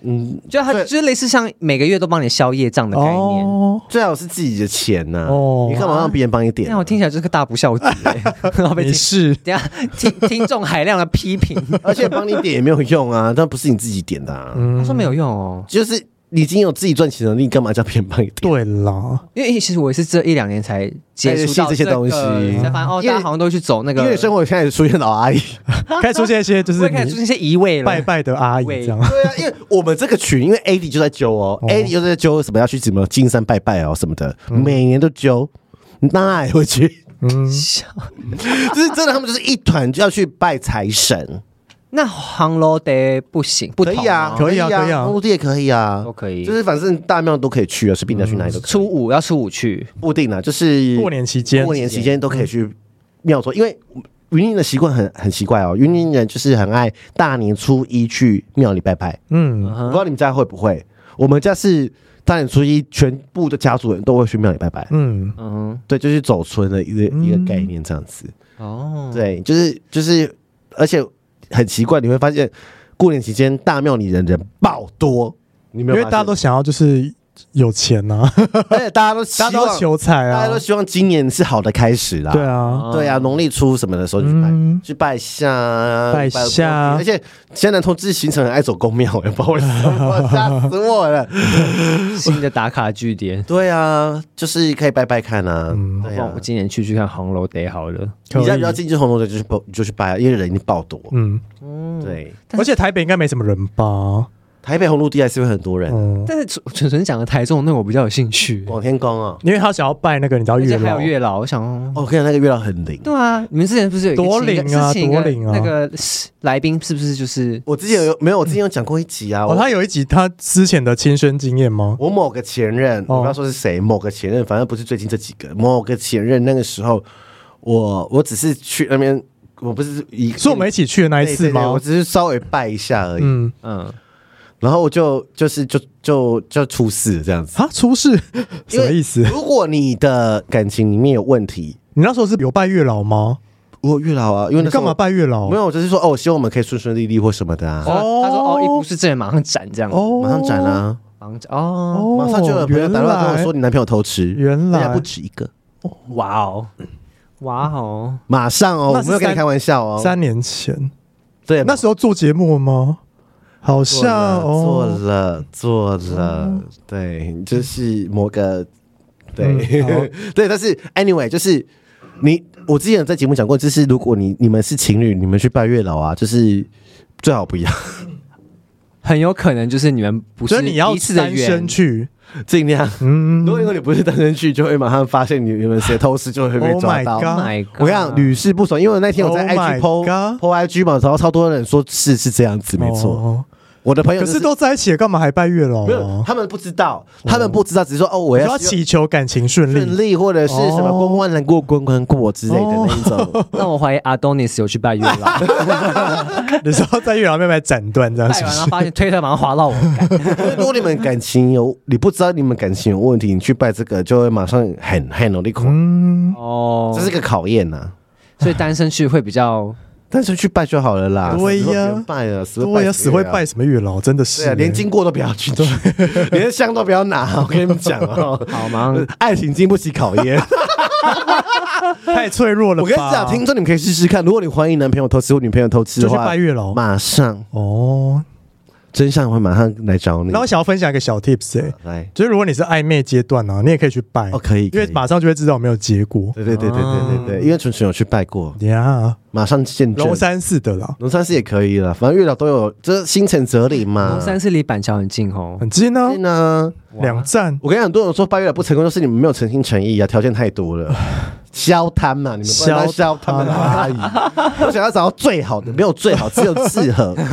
嗯，就它对就是类似像每个月都帮你消业障的概念。哦，最好是自己的钱呐。哦你干嘛让别人帮你点那？我听起来就是个大不孝子、啊 欸，然后没被听事，等一下听听众海量的批评， 而且帮你点也没有用啊， 那不是你自己点的啊。他嗯说没有用哦，就是你已经有自己赚钱能力，你干嘛叫别人帮你对点？啦，因为其实我也是这一两年才接触到才认识这些个东西才发现哦，因为大家好像都去走那个，因为生活开始出现老阿姨。 开始出现一些就我是也开始出你现一些疑位了，拜拜的阿姨这样，对啊，因为我们这个群，因为 AD 就在揪哦哦，AD 就在揪什么要去什么金山拜拜哦什么的，每年都揪，那也会去， 嗯，就是真的，他们就是一团就要去拜财神，那杭楼的不行，不可同以啊，可以啊可以啊墓地也可以啊都，可以，就是反正大庙都可以去啊，随便你要去哪里都可以初五要初五去，固定的，就是嗯过年期间过年期间都可以去庙做，因为云林的习惯很很奇怪哦，云林人就是很爱大年初一去庙里拜拜。嗯，我不知道你们家会不会，我们家是大年初一，全部的家族人都会去庙里拜拜。嗯，嗯对，就是走村的一个、一个概念这样子。哼，哦，对，就是就是，而且很奇怪，你会发现过年期间大庙里人人爆多，你因没有为发大现家都想要就是有钱呐， 而且大家都 希大家望都要求财大啊家都，希望今年是好的开始啦。对啊，对啊，农历初什么的时候去拜，嗯去拜下啊，拜拜下啊而且现在同志行程很爱走公庙，也不知道为什 么，吓死我了。新的打卡据点。对啊，就是可以拜拜看啊。嗯对不啊然我，今年去去看杭楼得好了。可你家比以较，近就是红楼的，就是爆你就去拜啊，因为人已经爆多。嗯，对，而且台北应该没什么人吧，台北红陆地还是会很多人。嗯，但是纯纯纯讲的台中那个我比较有兴趣，广天宫啊，因为他想要拜那个你知道而且月还老有，月老，我想哦哦，我看那个月亮很灵。对啊，你们之前不是有一个多请一个灵啊是请一个多灵啊那个来宾是不是就是我之前有没有？我之前有讲过一集啊，哦，他我有一集他之前的亲身经验吗？我某个前任，哦我不要说是谁，某个前任，反正不是最近这几个，某个前任那个时候，我我只是去那边，我不是一，是我们一起去的那一对次对对吗我？只是稍微拜一下而已，嗯，嗯然后我就就是就就就出事这样子。啊，出事什因为么意思？如果你的感情里面有问题，你那时候是有拜月老吗？我月老啊，因为你那时干候嘛拜月老？没有，我就是说哦，我希望我们可以顺顺利利或什么的啊，哦他说哦一不是正马上斩这样，哦，马上斩啊啦、马上斩哦，哦，马上就有朋友打电话跟我说你男朋友偷吃，原来人家不止一个，哇哦哇哦，马上哦，那我是没有跟你三开玩笑哦，三年前，对，那时候做节目吗？好做像了做哦，了做了，对，就是某个对、嗯好 对，但是 anyway 就是你，我之前有在节目讲过，就是如果你你们是情侣，你们去拜月老啊，就是最好不要，很有可能就是你们不所是以你要彼此的单缘身，去，尽量。嗯如果你不是单身去，就会马上发现你你们谁偷吃，就会被 Oh 抓 my 到。 God Oh my 我跟你讲，屡试不爽，因为我那天我在 Oh my IG 剖 God 剖 IG 嘛，然后超多人说是是这样子，没错。哦我的朋友可就是都在一起了，干嘛还拜月老没有，啊？他们不知道，他们不知道，只是说哦，我我要要希望祈求感情顺顺利，利或者是什么哦关关难过关关过之类的那一种。 那我怀疑阿东尼斯有去拜月老， 你知道在月老面前斩断这样 拜是不完 然后是？发现推特马上滑到我， 干如果你们感情有，你不知道你们感情有问题，你去拜这个就会马上很很努力苦，嗯，哦，这是个考验啊呐。所以单身去会比较但是去拜就好了啦，对呀死都不用拜了，死对呀，死会拜拜。什么月老？真的是对啊，连经过都不要去， 连香都不要拿。我跟你们讲哦，好吗？爱情经不起考 验。太脆弱了吧。我跟你讲，听众你们可以试试看，如果你怀疑男朋友偷吃或女朋友偷吃的就去话，拜月老马上哦。真相会马上来找你那。我想要分享一个小 tips 哎，来，就是如果你是暧昧阶段啊，你也可以去拜哦，可以，因为可以马上就会知道有没有结果对对对对对对对，因为纯纯有去拜过，呀。马上见证。啊龙山寺的啦，龙山寺也可以了，反正月老都有，这心诚则灵嘛。龙山寺离板桥很近哦，很近啊寺，呢，两站。我跟你讲，很多人说拜月老不成功，就是你们没有诚心诚意啊，条件太多 了。消摊嘛，你们不能当消摊的啊 阿姨，我想要找到最好的，没有最好，只有适合。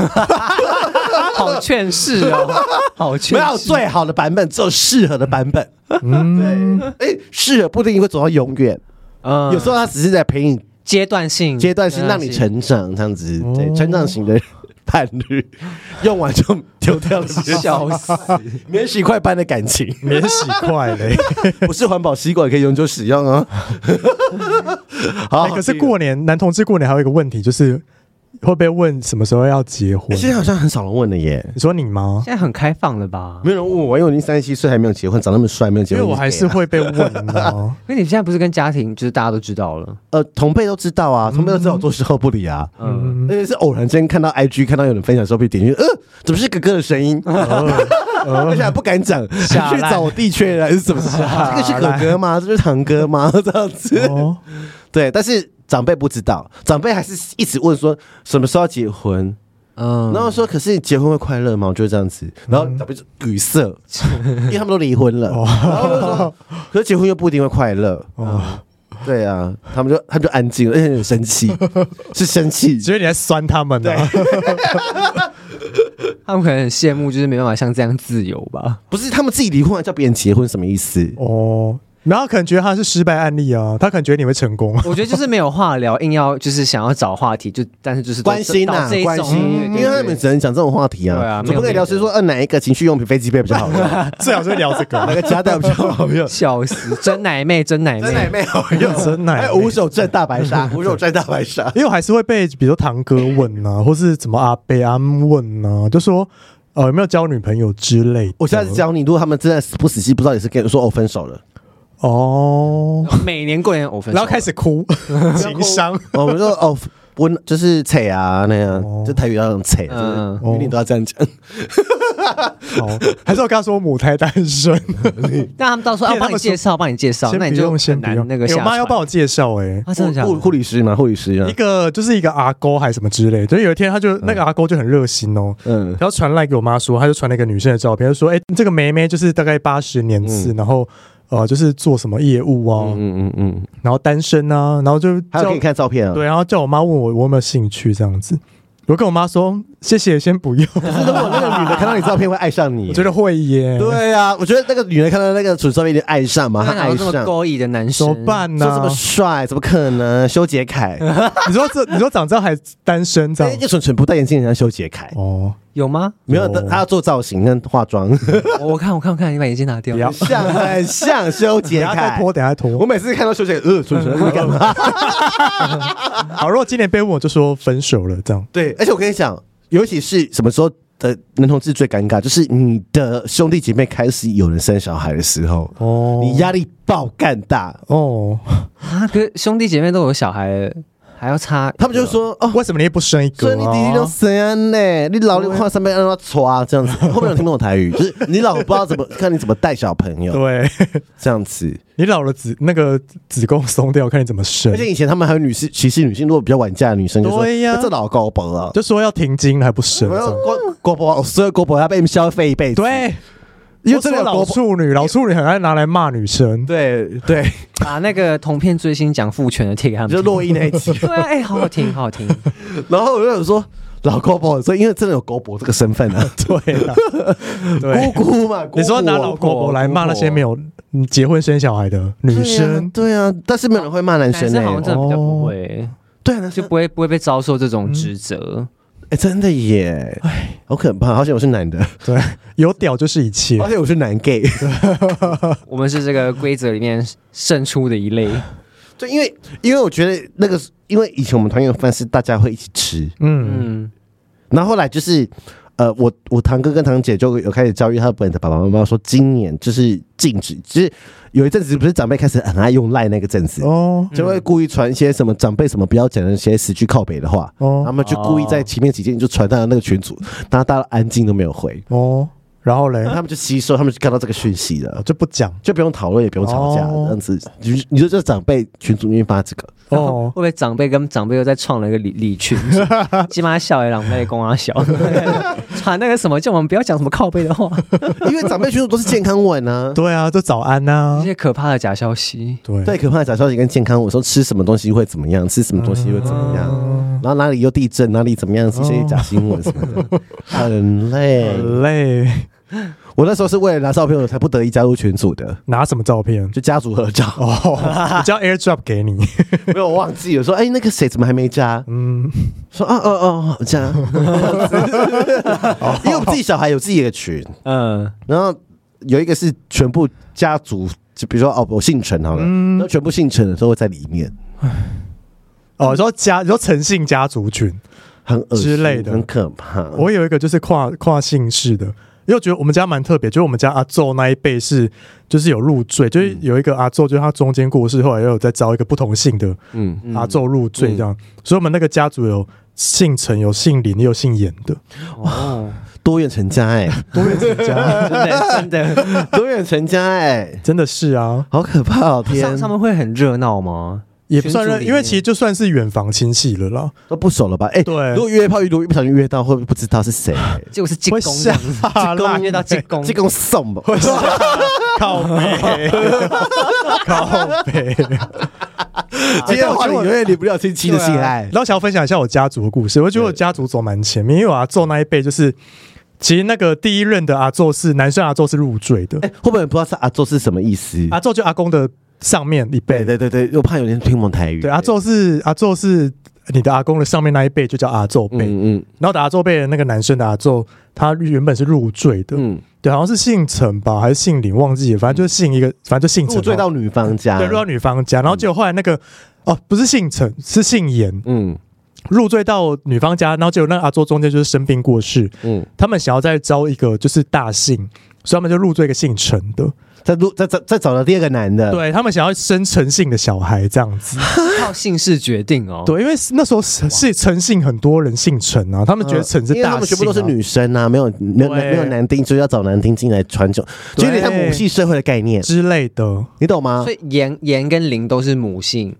好劝世哦， 好没劝有世。最好的版本，只有适合的版本。嗯，对，哎，适合不一定会走到永远，嗯有时候他只是在陪你阶段性，阶段性让你成长，这样子，哦对，成长型的伴侣，用完就丢掉了， 笑死。免洗块般的感情，免洗块 嘞。不是环保吸管可以永久使 用哦。好哦哎，可是过年男同志过年还有一个问题，就是会被问什么时候要结婚哎。现在好像很少人问了耶。你说你吗？现在很开放了吧？没有人问我，因为我已经三十七岁还没有结婚，长那么帅没有结因为婚，哎我还是会被问 哦。因为你现在不是跟家庭，就是大家都知道了，呃同辈都知道啊，嗯同辈都知道我做事后不理啊，嗯，而且是偶然间看到 IG 看到有人分享的时候被点进去，呃，怎么是哥哥的声音？哦 而且还不 敢讲，吓烂去找我弟确认是怎么事？这个是哥哥吗？这是堂 哥吗？这样子， 哦，对，但是长辈不知道，长辈还是一直问说什么时候要结婚，嗯，然后说可是你结婚会快乐吗？我就会这样子，然后长辈就语 塞，因为他们都离婚了，哦然后我就说可是结婚又不一定会快乐，哦，对啊，他们就他们就安静了，而且很生 气，是生气，所以你在酸他们呢？啊他们可能很羡慕，就是没办法像这样自由吧？不是他们自己离婚还叫别人结婚什么意思？哦，然后可能觉得他是失败案例啊，他可能觉得你会成 功。 我觉得就是没有话聊，硬要就是想要找话题，就但是就是都关心到呐这一，种关心，对对因对为他们只能讲这种话题对啊啊，总不可以没有，聊是说，呃，哪一个情趣用品飞机杯比较好用，最好是聊这哪个，个夹带比较好用笑死，真奶妹，真奶真奶妹，妹好用，真奶妹，还有五哎手镇大白 鲨，五手镇大白鲨因为我还是会被，比如说堂哥问啊，或是怎么阿伯阿姆问啊，就说呃有没有交女朋友之类的。我下次教你，如果他们真的死不死心，不知道也是跟你说哦分手了，哦，每年过年我分手，然后开始 哭，情商。哦我们说哦。温就是扯啊那样，就台语要用扯，嗯就是一定都要这样讲。好，还是我跟他说我母胎单 身，嗯但他们到时候啊要帮你介绍，帮你介绍，先那不你就用，很先不难用。那个哎下我船。妈要帮我介绍哎，嗯啊，真的假护护的？理师嘛，护理师啊一，个就是一个阿勾还是什么之类，就是有一天他就那个阿勾就很热心哦，嗯然，后传来给我妈说，她就传了一个女生的照片，就说：“哎、这个梅梅就是大概八十年次，然后呃，就是做什么业务啊，嗯嗯嗯嗯，然后单身啊，然后就还有叫可以看照片啊。对，然后叫我妈问我我有没有兴趣这样子。我跟我妈说谢谢，先不用， 可是如果那个女的看到你照片会爱上你，我觉得会耶，， 对啊，我觉得那个女人看到那个主照片就爱上嘛，她哪爱有这上，么说勾引的男怎生？么？办呢、这么帅，怎么可能？修杰 楷，哎你说这你说长这样还单身这那样就纯纯不戴眼镜，人家修杰楷，哦，有吗？没有哦，她要做造型跟化 妆，我我看，我看，我看，你把眼镜拿掉不。要像很 像修杰等下再楷。拖，等下再 我拖。每次看到修杰，呃，纯纯在干嘛？好，如果今年被问，我就说分手了这样。对，而且我跟你讲，尤其是什么时候的男同志最尴尬，就是你的兄弟姐妹开始有人生小孩的时候，哦你压力爆干大，哦，啊，可是兄弟姐妹都有小孩了，还要差？他们就说哦。为什么你也不生一所个、以啊？你弟弟都怎样呢？你老六话上面让他抓这样子，啊后面有听不懂台 语，就是你老不知道怎么看你怎么带小朋友对。 这样子。你老了子那个子宫松掉，看你怎么生而。且以前他们还有女士歧视女性，如果比较晚嫁的女生就说：“对呀那这老高伯啊，就说要停经了还不生，我这要样高高伯，所以高伯要被消费一辈子。”，对，因因为为这这个个老老处，处女，老处女很爱拿来骂女生。对 对，把那个同片追星奖父权的贴给他们就听。洛伊那一集。对啊，哎，好好听，好 好听。然后我就想说。老高伯，所以因为真的有高伯这个身份啊， 对啊，姑 对，姑嘛， 你说拿姑姑老婆婆来骂那些没有嗯结婚生小孩的女生，对啊，对啊但是没有人会骂男男生欸生好呢像。真的比较不会，哦对啊，男就生不会不会被遭受这种指嗯责。哎，真的耶，好可怕！好险我是 男的，对，有屌就是一切好。险我是男 gay。我们是这个规则里面胜出的一类。对，因为因为我觉得那个，因为以前我们团圆饭是大家会一起吃，嗯，嗯，然后后来就是。呃，我我堂哥跟堂姐就有开始教育他本的爸爸妈妈说，今年就是禁止，就是有一阵子不是长辈开始很爱用赖那个阵子，哦就会故意传一些什么长辈什么不要讲的一些死去靠北的话，哦他们就故意在前面几天就传到那个群组，大家大家安静都没有回，哦，然后嘞 然后他们就吸收，他们就看到这个讯息了，就不讲就不用讨论，也不用吵架，哦这样子。你你说这长辈群组里面发这个， 哦，哦会。不会 长辈跟长辈又再创了一个礼礼群？起码小的长辈公啊小，传那个什么，叫我们不要讲什么靠背的话， 啊因为长辈群组都是健康文啊。对啊，就早安呐、一啊。些可怕的假消息。对 对，可怕的假消息跟健康文说吃什么东西会怎么样，吃什么东西会怎么样，嗯然后哪里又地震，哪里怎么样，一些假新闻什么 的，很累。很累。我那时候是为了拿照片，我才不得已加入群组的，拿什么照片？就家族合照。 哦，我叫 AirDrop 给你。没有我忘记了，说哎、那个谁怎么还没加？嗯，说啊哦哦这 样，因为我们自己小孩有自己的群，嗯，然后有一个是全部家族，就比如说哦我姓陈好了，嗯然后全部姓陈的都会在里面，哦，你说家，你说诚信家族群，很恶之心类的很可怕。我有一个就是跨跨姓氏的，因为我觉得我们家蛮特别，就是我们家阿昼那一辈是就是有入赘，就是有一个阿昼，就是他中间过世，后来又有再招一个不同姓的嗯，阿昼入赘这样，嗯所以我们那个家族有姓陈、有姓林、也有姓严的， 哦，多元成家哎、多元成家，真的真的，多元成家哎、真的是啊，好可怕哦！天上，上面会很热闹吗？也不算群组认，里因为面其实就算是远房亲戚了啦，都不熟了吧？哎、对如果约炮，如果不小心约到，会不会不知道是谁、结果是进会攻这吓啊样子，进烂攻遇到进攻，这个送吧，靠背，靠背。今天的话你永远离不了亲戚的性爱然。后想要分享一下我家族的故事，我觉得我家族走蛮前面，因为我阿昼那一辈就是，其实那个第一任的阿昼是男生阿昼是入赘的，哎、会不会很不知道是阿周是什么意思？阿昼就阿公的上面一辈对，对对对，又怕有人听不懂台语。对，啊阿昼是阿昼是你的阿公的上面那一辈就叫阿昼嗯辈，嗯然后打阿昼辈的那个男生的阿昼，他原本是入赘的，嗯，对，好像是姓陈吧，还是姓林，忘记了，反正就是姓一个，反正就姓陈入嘛，赘到女方家，对，入到女方家，然后结果后来那个。哦，不是姓陈，是姓严，嗯入赘到女方家，然后结果那个阿周中间就是生病过世，嗯，他们想要再招一个就是大姓，所以他们就入赘一个姓陈的，再入再再再找到第二个男的，，对他们想要生陈姓的小孩这样哦子，靠姓氏决定哦。对，因为那时候是是陈姓很多人姓陈啊，他们觉得陈是嗯因为大他姓、啊，们全部都是女生啊，没有没有对没有男丁，所以要找男丁进来传种，就有点像母系社会的概念，之类的，你懂吗所？以严严跟林都是母姓，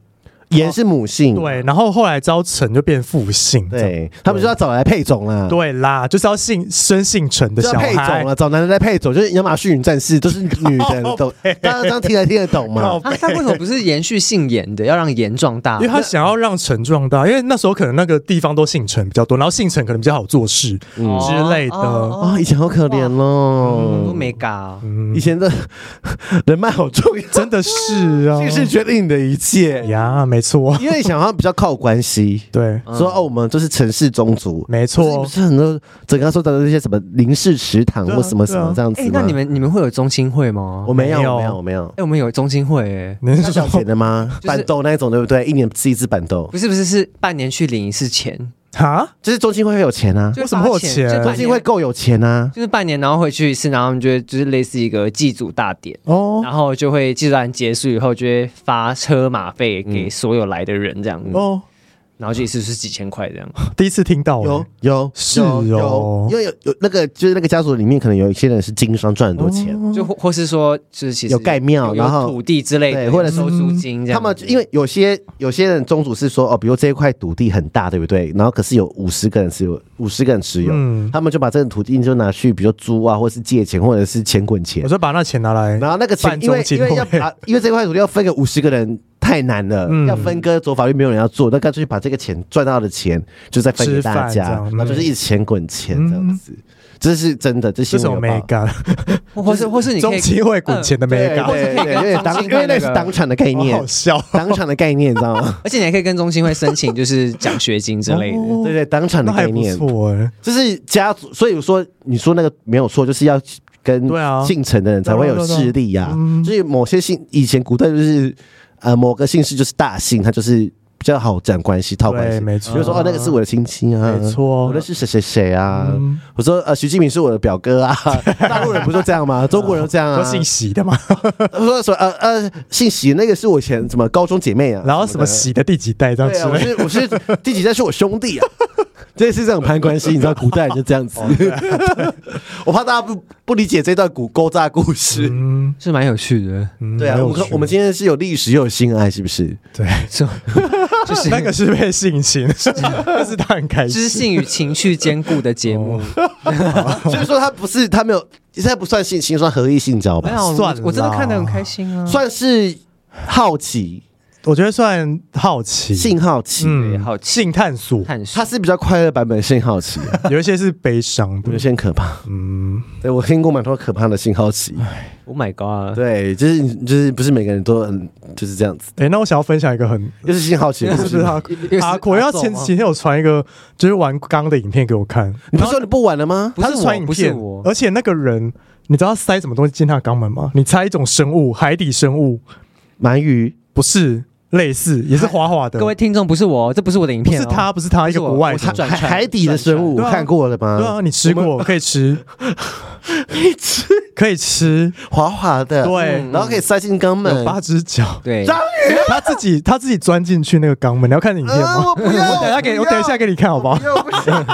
盐是母性，对，然后后来招陈就变复姓，这样嗯对，他们就要找来配种啦，对啦，就是要姓生姓陈的就小要配孩种，了，啊找男的来配种，就是亚马逊战士都是女 的，你懂？大家这样听来听得懂靠吗？啊，他为什么不是延续姓严的，要让严壮大因为？他想要让陈壮大，因为那时候可能那个地方都姓陈比较多，然后姓陈可能比较好做事，嗯之类的哦啊，以前好可怜嗯都哦，没嘎，嗯以前的 人脉好重要，真的是啊，姓氏决定你的一切，呀，没错，因为想要比较靠关系。对，说哦，我们就是城市宗族，没是不错，是很多整个说的那些什么林氏食堂对啊或什么什么这样子哎，吗？那你们你们会有中心会吗我？没有，没有我没有，我没有。哎，我们有中心会哎，您是是小说钱的吗？是板豆那一种对不对？一年吃一次板豆，不是不是是半年去领一次钱， 哈？就是中心会有钱啊，就为什么会有发钱就半中年心会够有钱啊。就是半年，然后回去一次，然后他们就会就是类似一个祭祖大典，哦然后就会祭祖大典结束以后，就会发车马费嗯给所有来的人这样，哦，然后就一次是几千块这样。第一次听到欸，有有是有有哦，因为有有那个就是那个家族里面可能有一些人是经商赚很多钱，嗯就或或是说，就是其实有盖庙有然后有土地之类对的，或者收租金这他样子。们因为有些有些人宗主是说哦，比如这一块土地很大，对不对？然后可是有五十个人持有，五十个人持有，嗯他们就把这个土地就拿去，比如租啊，或是借钱，或者是钱滚钱我。说把那钱拿来，然后那个钱办，因为中因为心要会把，因为这块土地要分给五十个人太难了，嗯要分割走法律没有人要做，那干脆把这个钱赚到的钱就再分给大吃饭这家，样嗯然后就是一直钱滚钱这样子，这是真的，这这新是闻我有没报。干，或或是或是你可中以期会滚钱的没对干，对对，有点当，因为那是党产的概 好念好，笑。党产的概念，你知道吗？ 而且你还可以跟中心会申请，就是奖学金之类的。哦对对，党产的那概还不念，错哎，就是家族，所以说你说那个没有错，就是要跟对啊姓陈的人才会有势力呀、对啊对啊对啊嗯所以某些姓以前古代就是呃某个姓氏就是大姓，他就是比较好讲关系套关对，系。没比错，如说哦，那个是我的亲戚啊，没错我认识谁谁谁啊。嗯我说呃，徐敬明是我的表哥 啊，大陆人不就这样吗？中国人都这样啊。都嗯姓席的嘛， 我说说呃呃，姓徐那个是我以前什么高中姐妹啊，然后什么的席的第几代这样对之啊，我类的，是我是第几代是我兄弟啊， 这是这种攀关系，你知道古代人就这样子。啊 我怕大家不不理解这段古勾诈故事。嗯，是蛮有趣的，嗯对啊，蛮有我们趣我们今天是有历史又有性爱，是不 是？对就 就 是那个是被性 侵，但是他很开心。知性与情趣兼顾的节目。所以说他不是他没有，现在不算性侵，算合意性交没吧，有，算我了我真的看得很开心啊，算是好奇我觉得算好奇，性好奇。对好奇性探 索，探索它是比较快乐版本的性好 奇、啊，有一些是悲伤有的，些很可怕。嗯，对我听过蛮多可怕的性好奇， ，Oh my god！对，就是就是不是每个人都嗯就是这样子，哎、那我想要分享一个很又 是啊性好奇的故就事是吗。他又是阿我要前阿总啊几天有传一个就是玩钢的影片给我看，你不是说你不玩了吗？不是他传我，影不是片我，，而且那个人你知道他塞什么东西进他的肛门吗？你猜一种生物，海底生物鳗鱼，不是类似也是滑滑的，各位听众，不是我，这不是我的影不片、是哦，他，不是他，一个不是我国外我是的。转海传海底的生物，转传看过了吗？对啊，你吃过可以吃， 可以吃，滑滑的，嗯对然后可以塞进肛有门。八只脚，对，章鱼，他自己他自己钻进去那个肛门，你要看影片啊吗？我不要， 我等一下给不我要等一下给你看好不好不？要，不 行。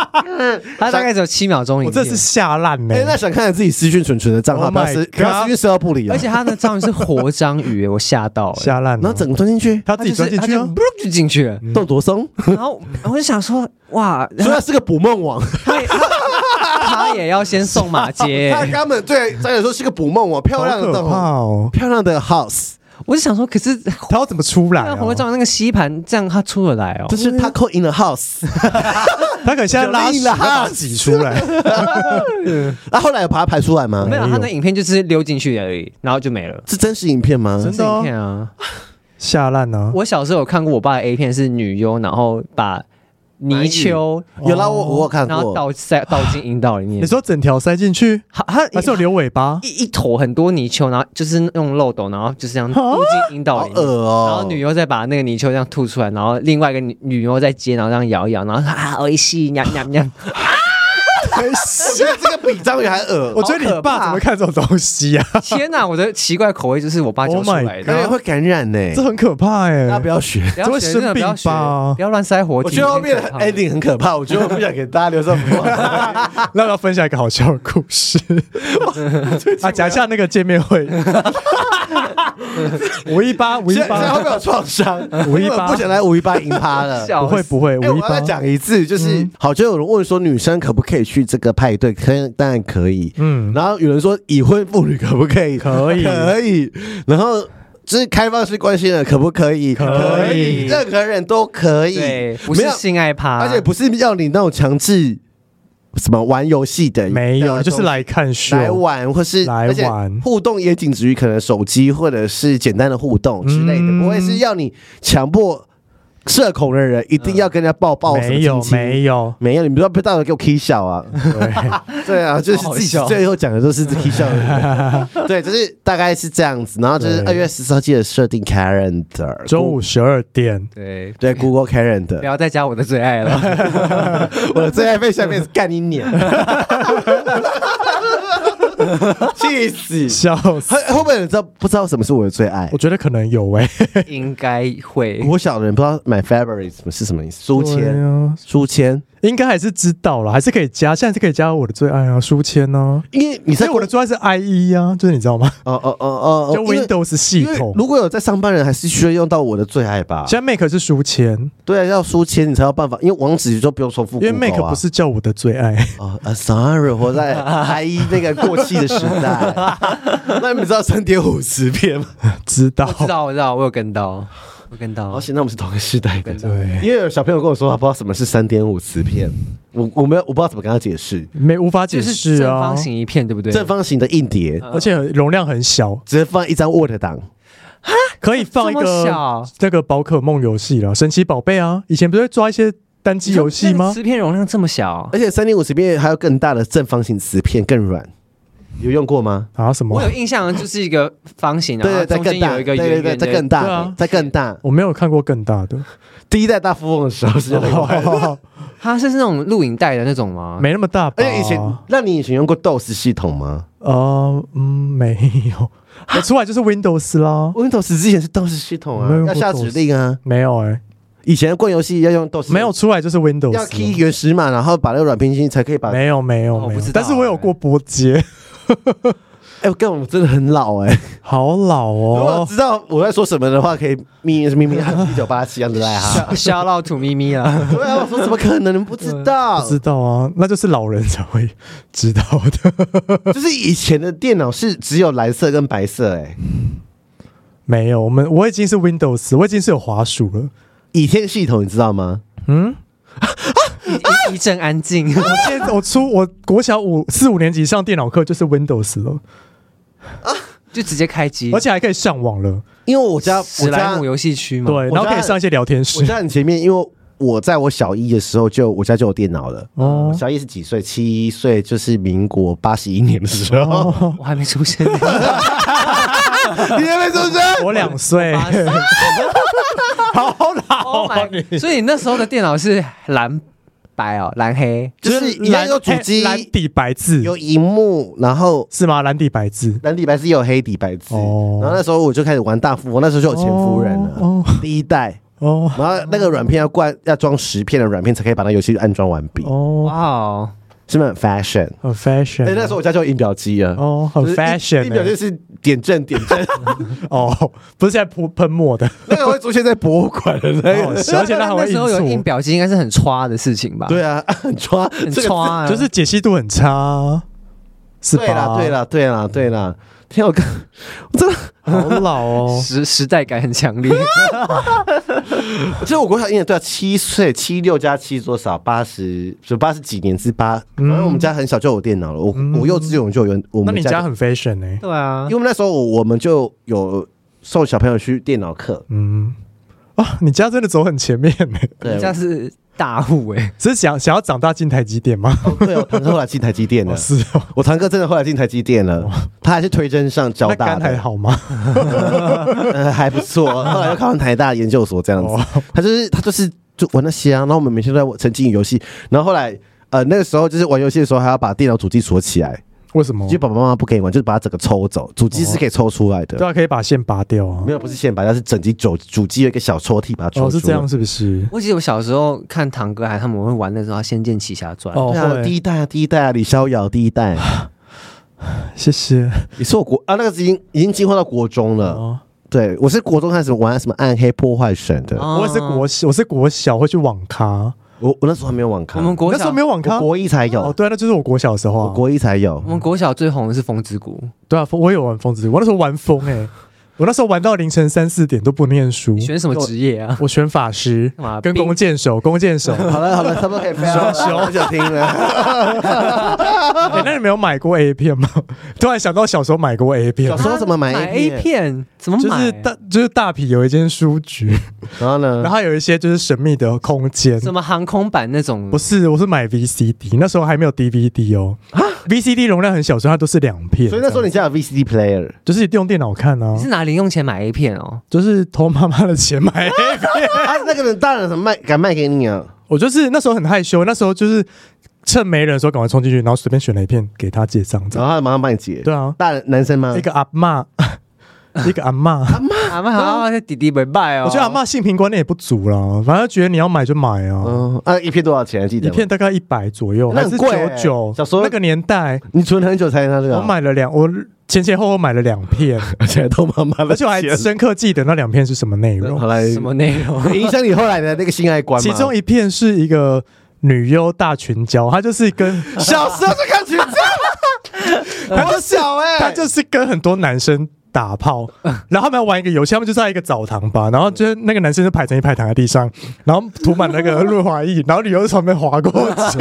他大概只有七秒钟影我片这，是吓烂欸呢哎，，那想看的自己私讯纯纯的账号， Oh 不要私 my God 不要私讯私到不理啊而且。他的章鱼是活章鱼，我吓到了，吓烂哦了。然后整个钻进去，他他自己就是钻嗯进他去就啊，就进 去了，动多松，然后我就想说，哇，所以他是个捕梦 网。他也他他也要先送马 街他，根本对，再来说是个捕梦网，漂好亮的可怕洞，哦！漂亮的 house，我就想说，可是他要怎么出来那啊？活章鱼那个吸盘，这样他出得来哦这。是 Taco in the house。他可能现在拉屎有力了要把它挤出来， 啊，后来有把它排出来吗没？有，没有他的影片就是溜进去而已，然后就没了。是真实影片吗？真的影哦片啊，吓烂啊！我小时候有看过我爸的 A 片，是女优，然后把泥鳅，有啦，我我有看然后过。倒塞倒进阴道里面。你说整条塞进去，他他还是有留尾巴？一一坨很多泥鳅，然后就是用漏斗，然后就是这样啊入进阴道好里恶面。哦！然后女优再把那个泥鳅这样吐出来，然后另外一个女女优再接，然后这样摇一摇，然后她啊，一吸，喵喵 喵，我觉得这个比章鱼还 恶，我觉得你爸怎么看这种东西 啊？天哪！我的奇怪口味就是我爸教 Oh 出 my 来感的觉。会感染呢。这很可怕哎！大家不要学。不要学，这会真的不要生病学吧，不要乱塞活体。我觉得后面的很可怕 ending 很可怕，我觉得我不想给大家留这么多。 那我要分享一个好笑的故 事啊，讲一下那个见面会。 五一八，五一现在现在八会不，会有创伤？五一八我根本不想来五一八赢趴了。笑不会不会，哎、五我一要再八。嗯讲一次，就是、好，就有人问说女生可不可以去这个派对？可以，当然可以。嗯，然后有人说已婚妇女可不可以？可以可以。然后就是开放式关系的可不可以？可以任何人都可以。对，不没是有性爱趴，啊而且不是要你那种强制什么玩游戏的，没有，的就是来看秀，啊来玩，或是来玩而且互动也仅止于可能手机或者是简单的互动之类的，嗯不会是要你强迫社恐的人一定要跟人家抱抱什么没有亲亲没有，没有，你不要被大佬给我 k 笑啊！对，对啊，就是好自己笑最后讲的都是 k 笑的 人，对，就是大概是这样子。然后就是对二月十四号记得设定 calendar，中午十二点，对，对 Google 不 calendar，要再加我的最爱 了。我的最爱被下面是干你 脸，气死！笑死！会会不会有人知道不知道什么是我的最爱我？觉得可能有哎，应该会，我小的人不知道买 favorite 什么是什么意思，书对签，啊书签，应该还是知道了，还是可以加，现在是可以加我的最爱啊，书签呢、因为你啊，所在以我的最爱是 IE 啊，就是你知道吗？哦哦哦哦，哦就因为 Windows 系因为统，如果有在上班人，还是需要用到我的最爱吧？现在 Mac 是啊书签，对啊，要书签你才有办法，因为网址就不用重复、因为 Mac 不是叫我的最爱，啊 哦、啊 s o r r y 活在还一那个过气的时 代。那你们知道三点五十篇吗？知道我知道，我知道，我有跟到，我跟到好，。现在我们是同个时代的。对，因为有小朋友跟我说，他不知道什么是三点五十篇，我我没有我不知道怎么跟他解释。没无法解就释正啊方，形一片，对不对？嗯正方形的硬碟，而且容量很小，直接放一张 Word 档，可以放一这么个小这个宝可梦游戏啦，神奇宝贝啊，以前不是会抓一些单机游戏那个吗？磁片容量这么小而，且三点五十片还有更大的正方形磁片，更软。有用过吗？啊什么我？有印象，就是一个方形，啊然对对后对，中更间大，有一对个对圆对，圆再的更。对啊大，再更大。我没有看过更大的， 第一代大富翁的时候是那哦个玩的，它是那种录影带的那种吗？没那么大吧而？且以前，那你以前用过 DOS 系统吗呃，嗯，没有， 我出来就是 Windows 啦， ？Windows 之前是 DOS 系没统有啊，用要过下指令啊。没有哎、以前逛游戏要用都是没有出来就是啊要 Windows， key 原始码，然后把那个软拼音才可以把。哎、没有没有哦没我不有知，道但是我有过波欸接，我跟我们真的很老哎、好老如果哦。知道我在说什么的话，可以咪咪咪一九八七样子来啊哈。笑到吐咪 咪了。对啊，我说怎么可能？你们不知道不，知道啊，那就是老人才会知道的。 就是以前的电脑是只有蓝色跟白色哎、没有，我们我已经是 Windows，我已经是有滑鼠了。倚天系统你知道吗？嗯，一一阵安静。 我现在我出我国小五四五年级上电脑课就是 Windows 了，就直接开机，而且还可以上网了。因啊为我家史我莱家姆游戏区嘛。对，我然后家可以上一些聊天室我。家很前面，因为我在我小一的时候就我家就有电脑了。哦小一是几岁？七岁，就是民国八十一年的时候。哦，我还没出 生呢，你还没出生？ 我两 岁，啊八十好老 Oh 哦 my- 所以你那时候的电脑是蓝白哦，蓝黑，就是一样有主机，蓝底白字，有荧幕，然后是吗？蓝底白字，蓝底白字也有黑底白字。哦然后那时候我就开始玩大富翁，那时候就有前夫人啊了，哦第一代。哦然后那个软片要灌要装十片的软片才可以把那游戏安装完毕，哦，哇哦，是不是很 fashion？很 fashion 哎、啊。那时候我家就有印表机了。哦，很就是一 fashion 印表欸就是点阵点 阵，哦，不是在喷喷墨的，那个会出现在博物馆的哎那好好个。笑而且它还那会时候有印印表机，应该是很歘的事情吧？，对啊，很抓，很这个歘啊，错，就是解析度很差啊，是对啦，吧？对，啦，对啦，对啦。天啊，我刚，我真的， 好老哦，时时代感很强烈。其实我国小一年对啊，七岁，七六加七多少？八十，就八十几年是八。反嗯正我们家很小就有电脑了，我、我幼稚园就有， 我那们你家家很 fashion 欸呢？ 对啊因为，我们那时候我们就有送小朋友去电脑课，嗯，啊， 你家真的走很前面呢，对，人家是大户哎，只是想想要长大进台积电吗？哦对，我堂哥后来进台积电 了哦，是哦，我堂哥真的后来进台积电了，他还是推甄上交那大肝还的，好吗？呃还不 错，后来又考上台大研究所这样哦子，他就是他就是就玩那些啊，然后我们每天都在沉浸于游戏，然后后来。呃，那个时候就是玩游戏的时候，还要把电脑主机锁起来，为什么就？爸爸妈妈不给你玩，就是把它整个抽走。主机是可以抽出来的，对啊，可以把线拔掉啊没。有不是线拔，它是整机主主机有一个小抽屉把它抽出来。哦，是这样，是不是？ 我记得我小时候看堂哥还他们会玩那时候《仙剑奇侠传》，哦，对啊，第会，一代啊，第一代啊，李逍遥第一代，谢谢。你是我国啊，那个已经已经进化到国中了。哦，对，我是国中开始玩什么暗黑破坏神的，哦我也是国小，我是国小会去网咖，我我那时候还没有网咖，我们国那时小候没有网我咖。国一才哦，有，对啊，那就是我国小的时候我啊。国一才有我。们国小最红的是《风之谷》，对啊，我也有玩疯子，我那时候玩疯哎、 我那时候玩到凌晨三四点都不念书你。选什么职业 啊？我选法师干嘛，跟冰弓箭手，弓箭 手。好了好了，差不多可以不要了，不想听了。欸那你没有买过 A 片吗？ 突然想到小时候买过 A 片小，时候怎么买 A 片？怎么就买是？大就是大皮有一间书局，然后呢然？后有一些就是神秘的空间。什么航空版那种？不是，我是买 VCD，那时候还没有 DVD 哦。VCD 容量很小，所以它都是两片。所以那时候这样你家有 VCD player，就是用电脑看啊你，是拿零用钱买 A 片哦？就是偷妈妈的钱买 A 片。啊，那个人大人怎么卖敢卖给你啊？我就是那时候很害羞，那时候就是趁没人的时候赶快冲进去，然后随便选了一片给他结账，这然样。后他马上帮你结。对啊，大人男生吗一？个阿 嬷，一个阿嬷。阿啊妈好，这弟弟没卖哦。我觉得阿嬷性平观念也不足啦，反正觉得你要买就买啊，嗯，啊，一片多少钱？记得一吗片大概一百左右，那还很是贵九欸九。小时候那个年代，你存很久才拿这个啊？我 买了两，我前前后后买了两片，起来都妈妈的而且我还钱深刻记得那两片是什么内容 好。来什么内 容？影响你后来的那个性爱观吗？其中一片是一个女优大群交，她就是跟小时候就看群架，我小哎、 他就是跟很多男生打 炮，然后他们要玩一个游戏，他们就在一个澡堂吧，然后就是那个男生就排成一排躺在地上，然后涂满那个润滑液，然后女优从旁边滑过 去，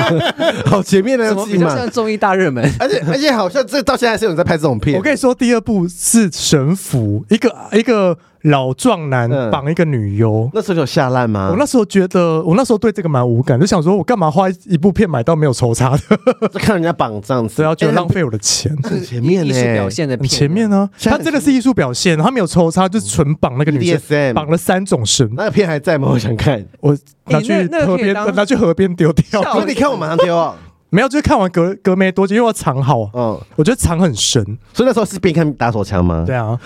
好前面的怎么比较像综艺大热门？而且而且好像这到现在还是有人在拍这种片。我跟你说，第二部是神符，一个一个老壮男嗯绑一个女优。那时候有下烂吗？我那时候觉得，我那时候对这个蛮无感，就想说我干嘛花一部片买到没有抽查 的，就看人家绑这样子，对啊，觉得哎浪。费我的钱。很前面欸艺哎呢、术表现的很片，前面呢、现在他很嗯真的是艺术表现，他没有抽查，就是纯绑那个女生， BDSM 绑了三种绳，那个片还在吗？我想看。我拿欸去那那个可以河边，当拿去河边丢掉。笑所以你看我马上丢哦，没有，就是看完隔隔没多久，因为我藏好，嗯，我觉得藏很深。所以那时候是边看打手枪吗？对，啊，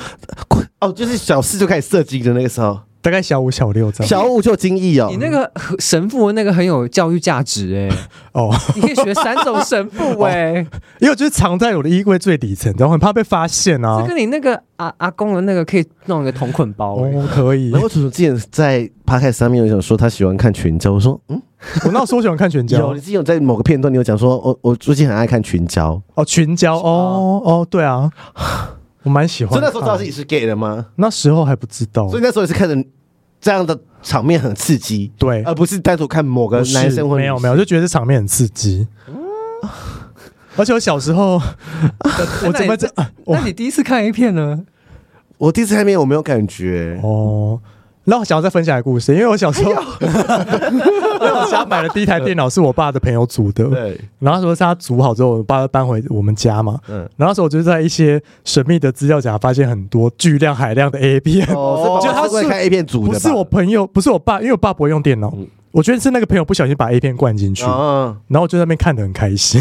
哦，就是小四就开始射精的那个时候，大概小五小六这样。小五就有精益哦你，那个神父那个很有教育价值哎、哦， 你可以学三种神父哎、因为我就是藏在我的衣柜最底层，然后很怕被发现啊这。跟你那个阿阿公的那个可以弄一个同捆包、欸，哦，可以然。后楚楚之前在 p o d 上面有讲说他喜欢看群交，我说嗯， 我那时候喜欢看群有交你，之前有在某个片段你有讲说，哦我我最近很爱看群交，哦，群交，哦哦，对啊，我蛮喜欢所以看。那时候知道自己是 gay 了吗？那时候还不知道所，以那时候也是看着这样的场面很刺激，对而不是单独看某个哎不是呃男生或嗯没有没有，就觉得这场面很刺激。而且我小时候，我怎么这啊我那你第一次看 A 片呢？我第一次看面我没有感觉，哦，那我想要再分享一个故事，因为我小时哎候， 因为我家买的第一台电脑是我爸的朋友组的，对，然后那时候是他组好之后，我爸搬回我们家嘛，嗯，然后那时候我就在一些神秘的资料夹发现很多巨量海量的 A 片，哦，就就他他是是会看 A 片组的不吧，嗯是我朋友，不是我爸，因为我爸不会用电脑，我觉得是那个朋友不小心把 A 片灌进去。啊，然后我就在那边看得很开 心，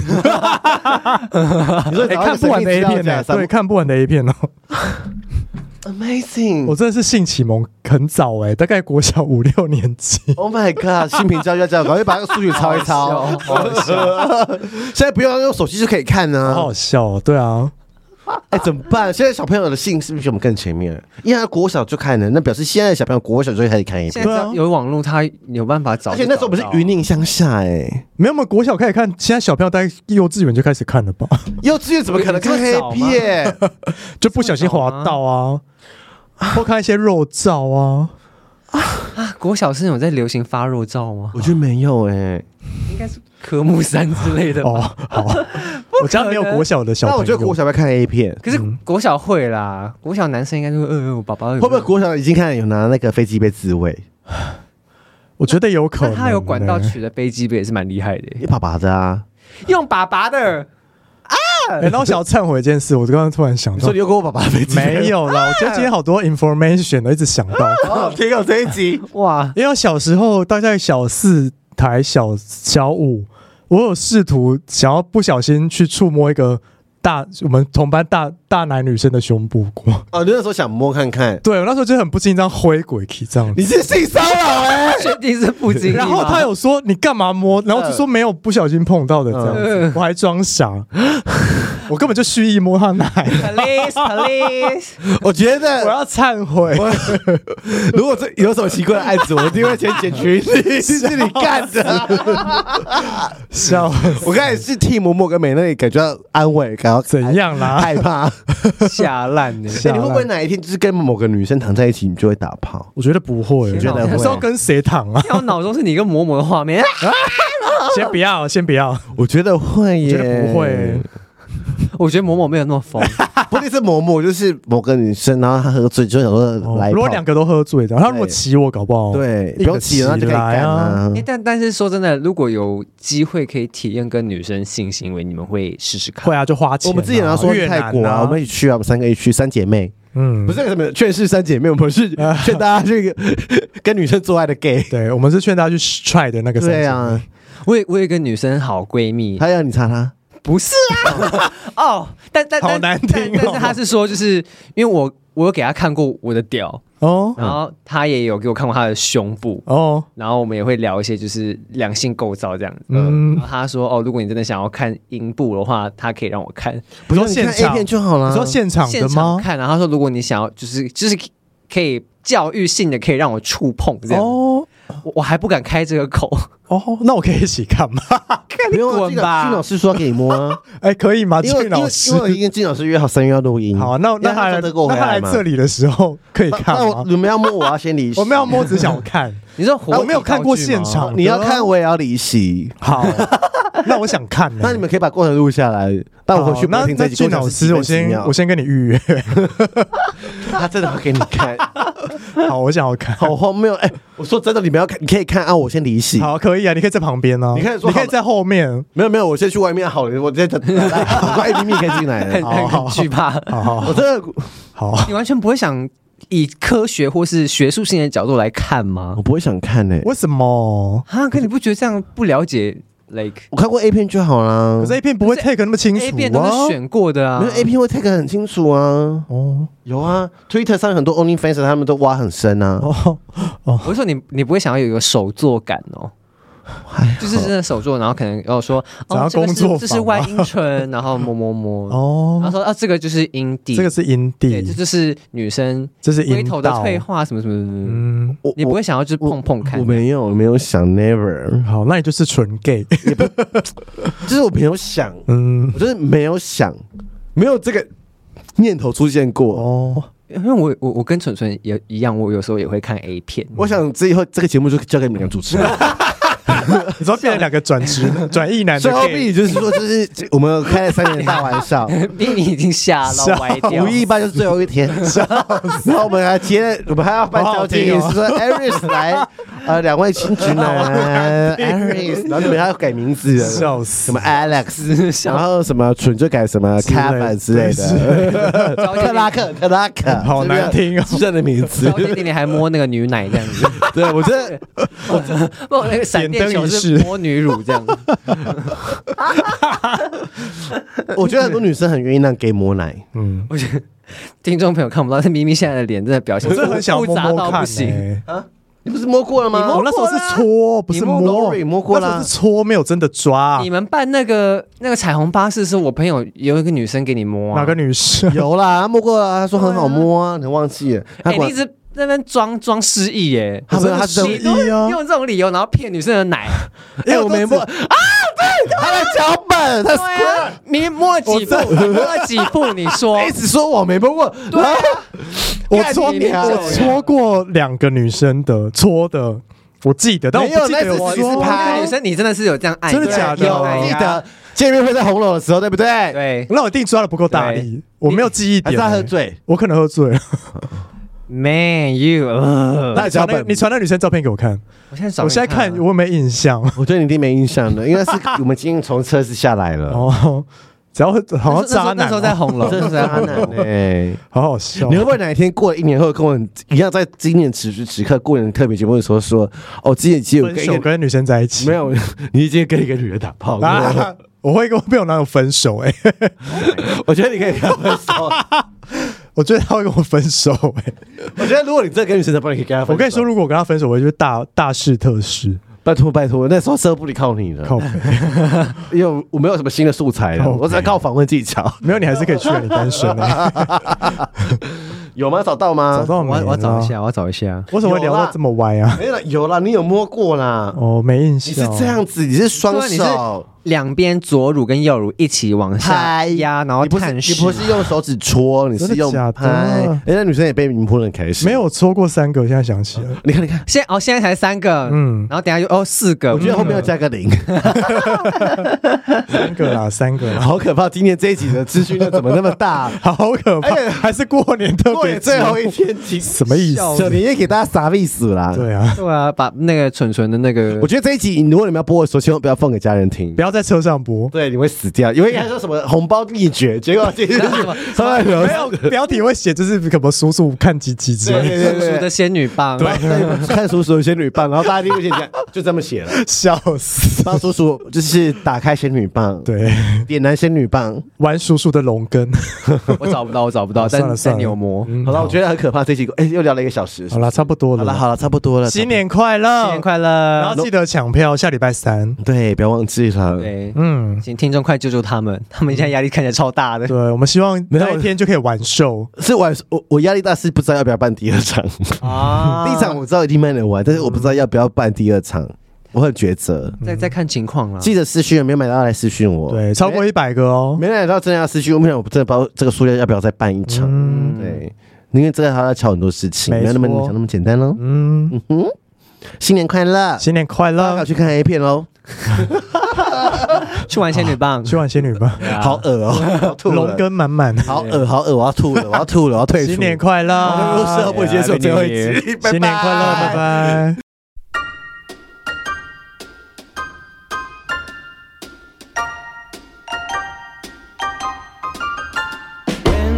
你说哎、看不完的 A 片呢、对，看不完的 A 片哦、嗯我，Amazing。真的是性启蒙很早哎、大概国小五六年级。 Oh my god！性平教育要这样搞，赶快把那个数据抄一抄。 现在不用用手机就可以看呢、好啊好。笑、哦，对啊，哎、怎么办？现在小朋友的性是不是比我们更前面？因为他国小就看了，那表示现在的小朋友国小就开始看一现在遍。只要有网络，他有办法找。啊而且那时候我们是云，林乡下、哎，没有嘛，国小开始看，现在小朋友大概幼稚园就开始看了吧， 幼稚园怎么可能看黑片？就不小心滑到啊，或看一些肉照 啊，啊国小是有在流行发肉 照吗？ 我觉得没有哎、应该是科目三之类的吧。哦， 好，我家没有国小的小那朋友，我觉得国小要看 A 片，可是国小会啦，国小男生应该就会，嗯、呃，我爸爸会会不会国小已经看有拿那个飞机杯自慰？我觉得有可能、那他有管道欸取的飞机杯也是蛮厉害的耶，你爸爸的啊？用爸爸的。哎、那我想要忏悔一件事，我刚刚突然想你到说你，有啊给我爸爸的飞机杯？没。有啦，我觉得今天好多 information 都一直想到， 哦，听到这一集，哇，因为我小时候大概小四台小小五，我有试图想要不小心去触摸一个大我们同班大大男女生的胸部过，哦，你哦那时候想摸看 看，对我那时候就很不经常挥鬼气这样子。你是性骚扰哎？确定是不经意吗然后他有说你干嘛摸，然后我就说没有不小心碰到的这样子，嗯我还装傻，我根本就蓄意摸他奶， police police， 我觉我得，要忏悔。如果这有什么奇怪的案子，我一定会先检举 你，是你干 的。啊笑死，我刚才是替某某跟美那感觉到安慰，感到怎样啦？害 怕。吓烂 呢。哎哎你会不 会哪一天就是跟某个女生躺在一起，你就会打炮？我觉得不会，天哪我不知道会跟谁躺 啊。我脑中是你跟嬷嬷的画面，啊先不要，先不 要，我觉得会我耶，觉得不会。我觉得嬷嬷没有那么疯，不一定是某某，就是某个女生，然后她喝醉就想说来一哦如果炮两个都喝醉的，他如果对骑我，搞不好对，一个不用起了，那就可以来干啊。啊诶。但但是说真的，如果有机会可以体验跟女生性行为，你们会试试看？会啊，就花钱啊。我们之前要说越南泰国啊，啊，我们一起去啊，我们三个一起去，三姐妹，嗯不，是那个什么劝世三姐妹，我们是劝大家这个跟女生做爱的 gay。对，我们是劝大家去 try 的那个。对啊，，我有我有一个女生好闺蜜，她要你查她，不是啊， 哦，但但但好难听哦但但是她是说，就是因为我我有给她看过我的屌，哦然后她也有给我看过她的胸部。哦，然后我们也会聊一些就是两性构造这样子，嗯然后她说哦，如果你真的想要看阴部的话，她可以让我看，不说你看现 A 场，片就好了。你说现场现的场吗？看，然后他说如果你想要就是就是可以教育性的，可以让我触碰这样，哦我我还不敢开这个口， 哦，那我可以一起看吗？ 不用啊滚俊老吧俊老师说要给你摸啊，哎，可以吗？因为俊因为老因为我师已经，跟俊老师约好三月要录音。 好啊，那那因为他来，从德国那回他来嘛这里的时候可以那看那我吗？你们要摸，我要先离席。我们要摸，只想 看。你说活啊我没有体看道过具现吗场你要看我也要离席。 好，那我想看呢。那你们可以把过程录下来，但我回去好不要那听那这集。俊老师，我先啊我先跟你预约。 他真的要给你看，好，我想要看。好荒谬！哎，我说真的，你们要看，你可以看啊，我先离席。好，可以啊，你可以在旁边啊，你可以说你可以好在后面。没有没有，我先去外面好了，我在等，我快一米可以进来很了。好好很 惧怕，好好我真的好，你完全不会想以科学或是学术性的角度来看吗我？不会想看呢、为什么？啊，可你不觉得这样不了解 like 我看过 A 片就好啦。可是 A 片不会 take 那么清楚 A 片都啊是。选过的啊没有 A 片会 take 很清楚啊，哦有啊，Twitter 上很多 OnlyFans 他们都挖很深啊。哦，我是说你你不会想要有一个手作感哦。就是真的手作，然后可能哦说想要哦，这个工是作这是坊外吗阴唇，然后摸摸摸，然后 哦，说啊这个就是阴蒂，这个是阴对，这蒂，就是女生这是龟阴头的道。退化什么什么什么什么，嗯，我你不会想要就是我碰碰看我？没有，我没有想 never，好，那你就是纯 gay。就是我没有想，嗯，我就是没有想，没有这个念头出现过。哦，因为我我我跟纯纯也一样，我有时候也会看 A 片， 我想这以后这个节目就交给你们俩主持人，你说变成两个转 职转异男的最后 gay，必就是说， 就是我们开了三年大玩笑，比你已经吓吓到歪掉五。 一八就是最后一天， 然后我们还接，我们还要办交接仪式，说哎 Aris 来，呃，两位新直 男 Aris，然后你们还要改名字，笑死什么 Alex，然后什么蠢就改什么 Kevin 之类的，克拉克克拉克，好难听哦这样的名字然后，那天还摸那个女奶这样 子，对我觉得不，那个闪电球是摸女乳这样。我觉得很多女生很愿意让 gay 摸奶，嗯，我觉得听众朋友看不到，但咪咪现在的脸真的表情我真的很想复摸杂到摸不看行。欸。哦你不是摸过了啊吗？我那时候是搓，不是你摸摸， Lori 摸过啦那时候是搓，没有真的抓你。们办那个那个彩虹巴士是我朋友有一个女生给你摸啊，哪个女 士？有啦，他摸过了，他说很好摸啊，你忘记了？他哎、你管一直在那边装装失忆耶，他不是他失是哦忆，你失忆啊都用这种理由然后骗女生的 奶，哎，我没摸啊，对，他在脚本，他对啊，你摸了几步，你摸了几步，你 说一直说我没摸过，啊对，我干搓，你娘我搓过两个女生的搓的，我记得，但我不记没有得那我只是搓拍那女生你真的是有这样爱，真的对假的有哦爱记呀得见面会在红楼的时候，对不对？，对，那我一定抓的不够大力，我啊没有啊记忆还点、欸是他喝，醉？我可能喝醉了。 Man you，呃那脚传那本，嗯你传那女生照片给我看，我现在找啊我现在看我有没有印象？我对你一定没印象的，应该是我们今天从车子下来了。 哦，只要好像渣嗯那男时候在哦，红楼，真的是在渣男 哎！好好笑啊你。会不会哪一天过了一年后，跟我一样在今年此时此刻过年特别节目的时候说，哦，之前其实有分跟一手个跟女生在一起没有，你已经跟一个女人打炮过了，啊？我会跟我被我男友分手哎、我觉得你可以跟她分手。 我觉得他会跟我分手哎、我觉得如果你真的跟女生打炮，你可以跟她分手。我跟你说，，如果我跟他分手，我就是大大事特嗯事，拜托拜托，那时候社部里靠你了，靠 北。因为我没有什么新的素材了，靠北我只在靠访问技巧。 没有，你还是可以去啊，你单身哎、 有吗？找到找吗？到我没啦我要找一，下，我要找一下。为什么会聊到这么歪啊？没有啦，有啦，你有摸过啦。哦，没印你象。是这样子，你是双对啊你手是两边左乳跟右乳一起往下拍压，然后你不是探你视。不是用手指戳，你是真的用假的拍。哎，那女生也被你摸得很开心。没，有搓过三个，我现在想起 来了。你看你看，现在哦，现在才三个，嗯嗯，然后等一下就哦四个，我觉得后面要加 个零，三个啦，三个啦，好可怕！今天这一集的资讯量怎么那么大？好可怕！哎还是 过年特过别年最后一节天，请目什么意笑思？ 小年夜给大家傻逼死啦！对啊，对啊，把那个蠢蠢的那个我，觉得这一集如果你们要播的时候，千万不要放给家人听不。要在车上播，对，你会死掉，因为他说什么红包灭绝，结果这没有 没有标题会写就是什么叔叔看鸡鸡之类的，对对纯对纯的仙女棒，对对，看叔叔有仙女棒，然后大家就会讲，就这 么写了。 笑死。帮叔叔就是打开仙女棒，，对，点燃仙女棒。玩叔叔的龙 根。 我找不到，我找不到，算但了算但了牛魔。嗯好了，我觉得很可怕，这集哎又聊了一个小时。好啦，差不多好了。了，好了，差不多了。新年快乐，新年快然乐！后记得抢票，下礼拜三。对，不要忘记了。对，嗯，请听众快救救他们，他们现在压力看起来超大的。对，我们希望 没有那一天就可以完售。是晚我我压力大，是不知道要不要办第二 场。啊第一场我知道一定卖得完，但是我不知道要不要办第二场，我很抉择。再再看情况了。记得私讯有没有买到来私讯我。啊对，超过一百个哦。哦没买到真的要失去，我们想我真的不知道这个塑料要不要再办一场，嗯对，因为这个还要敲很多事情，没没有那么错想那么简单喽。嗯，新年快乐，新年快大家要乐，去看 A 片哦喽，去玩仙女啊棒，去玩仙女吧，好恶哦， 好 吐龙了，根满满。好恶好恶，我要吐了，我要吐了，我要退出。新年快我乐，哎们社会接受最后一集，拜拜新年快乐，拜拜。 When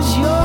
as you're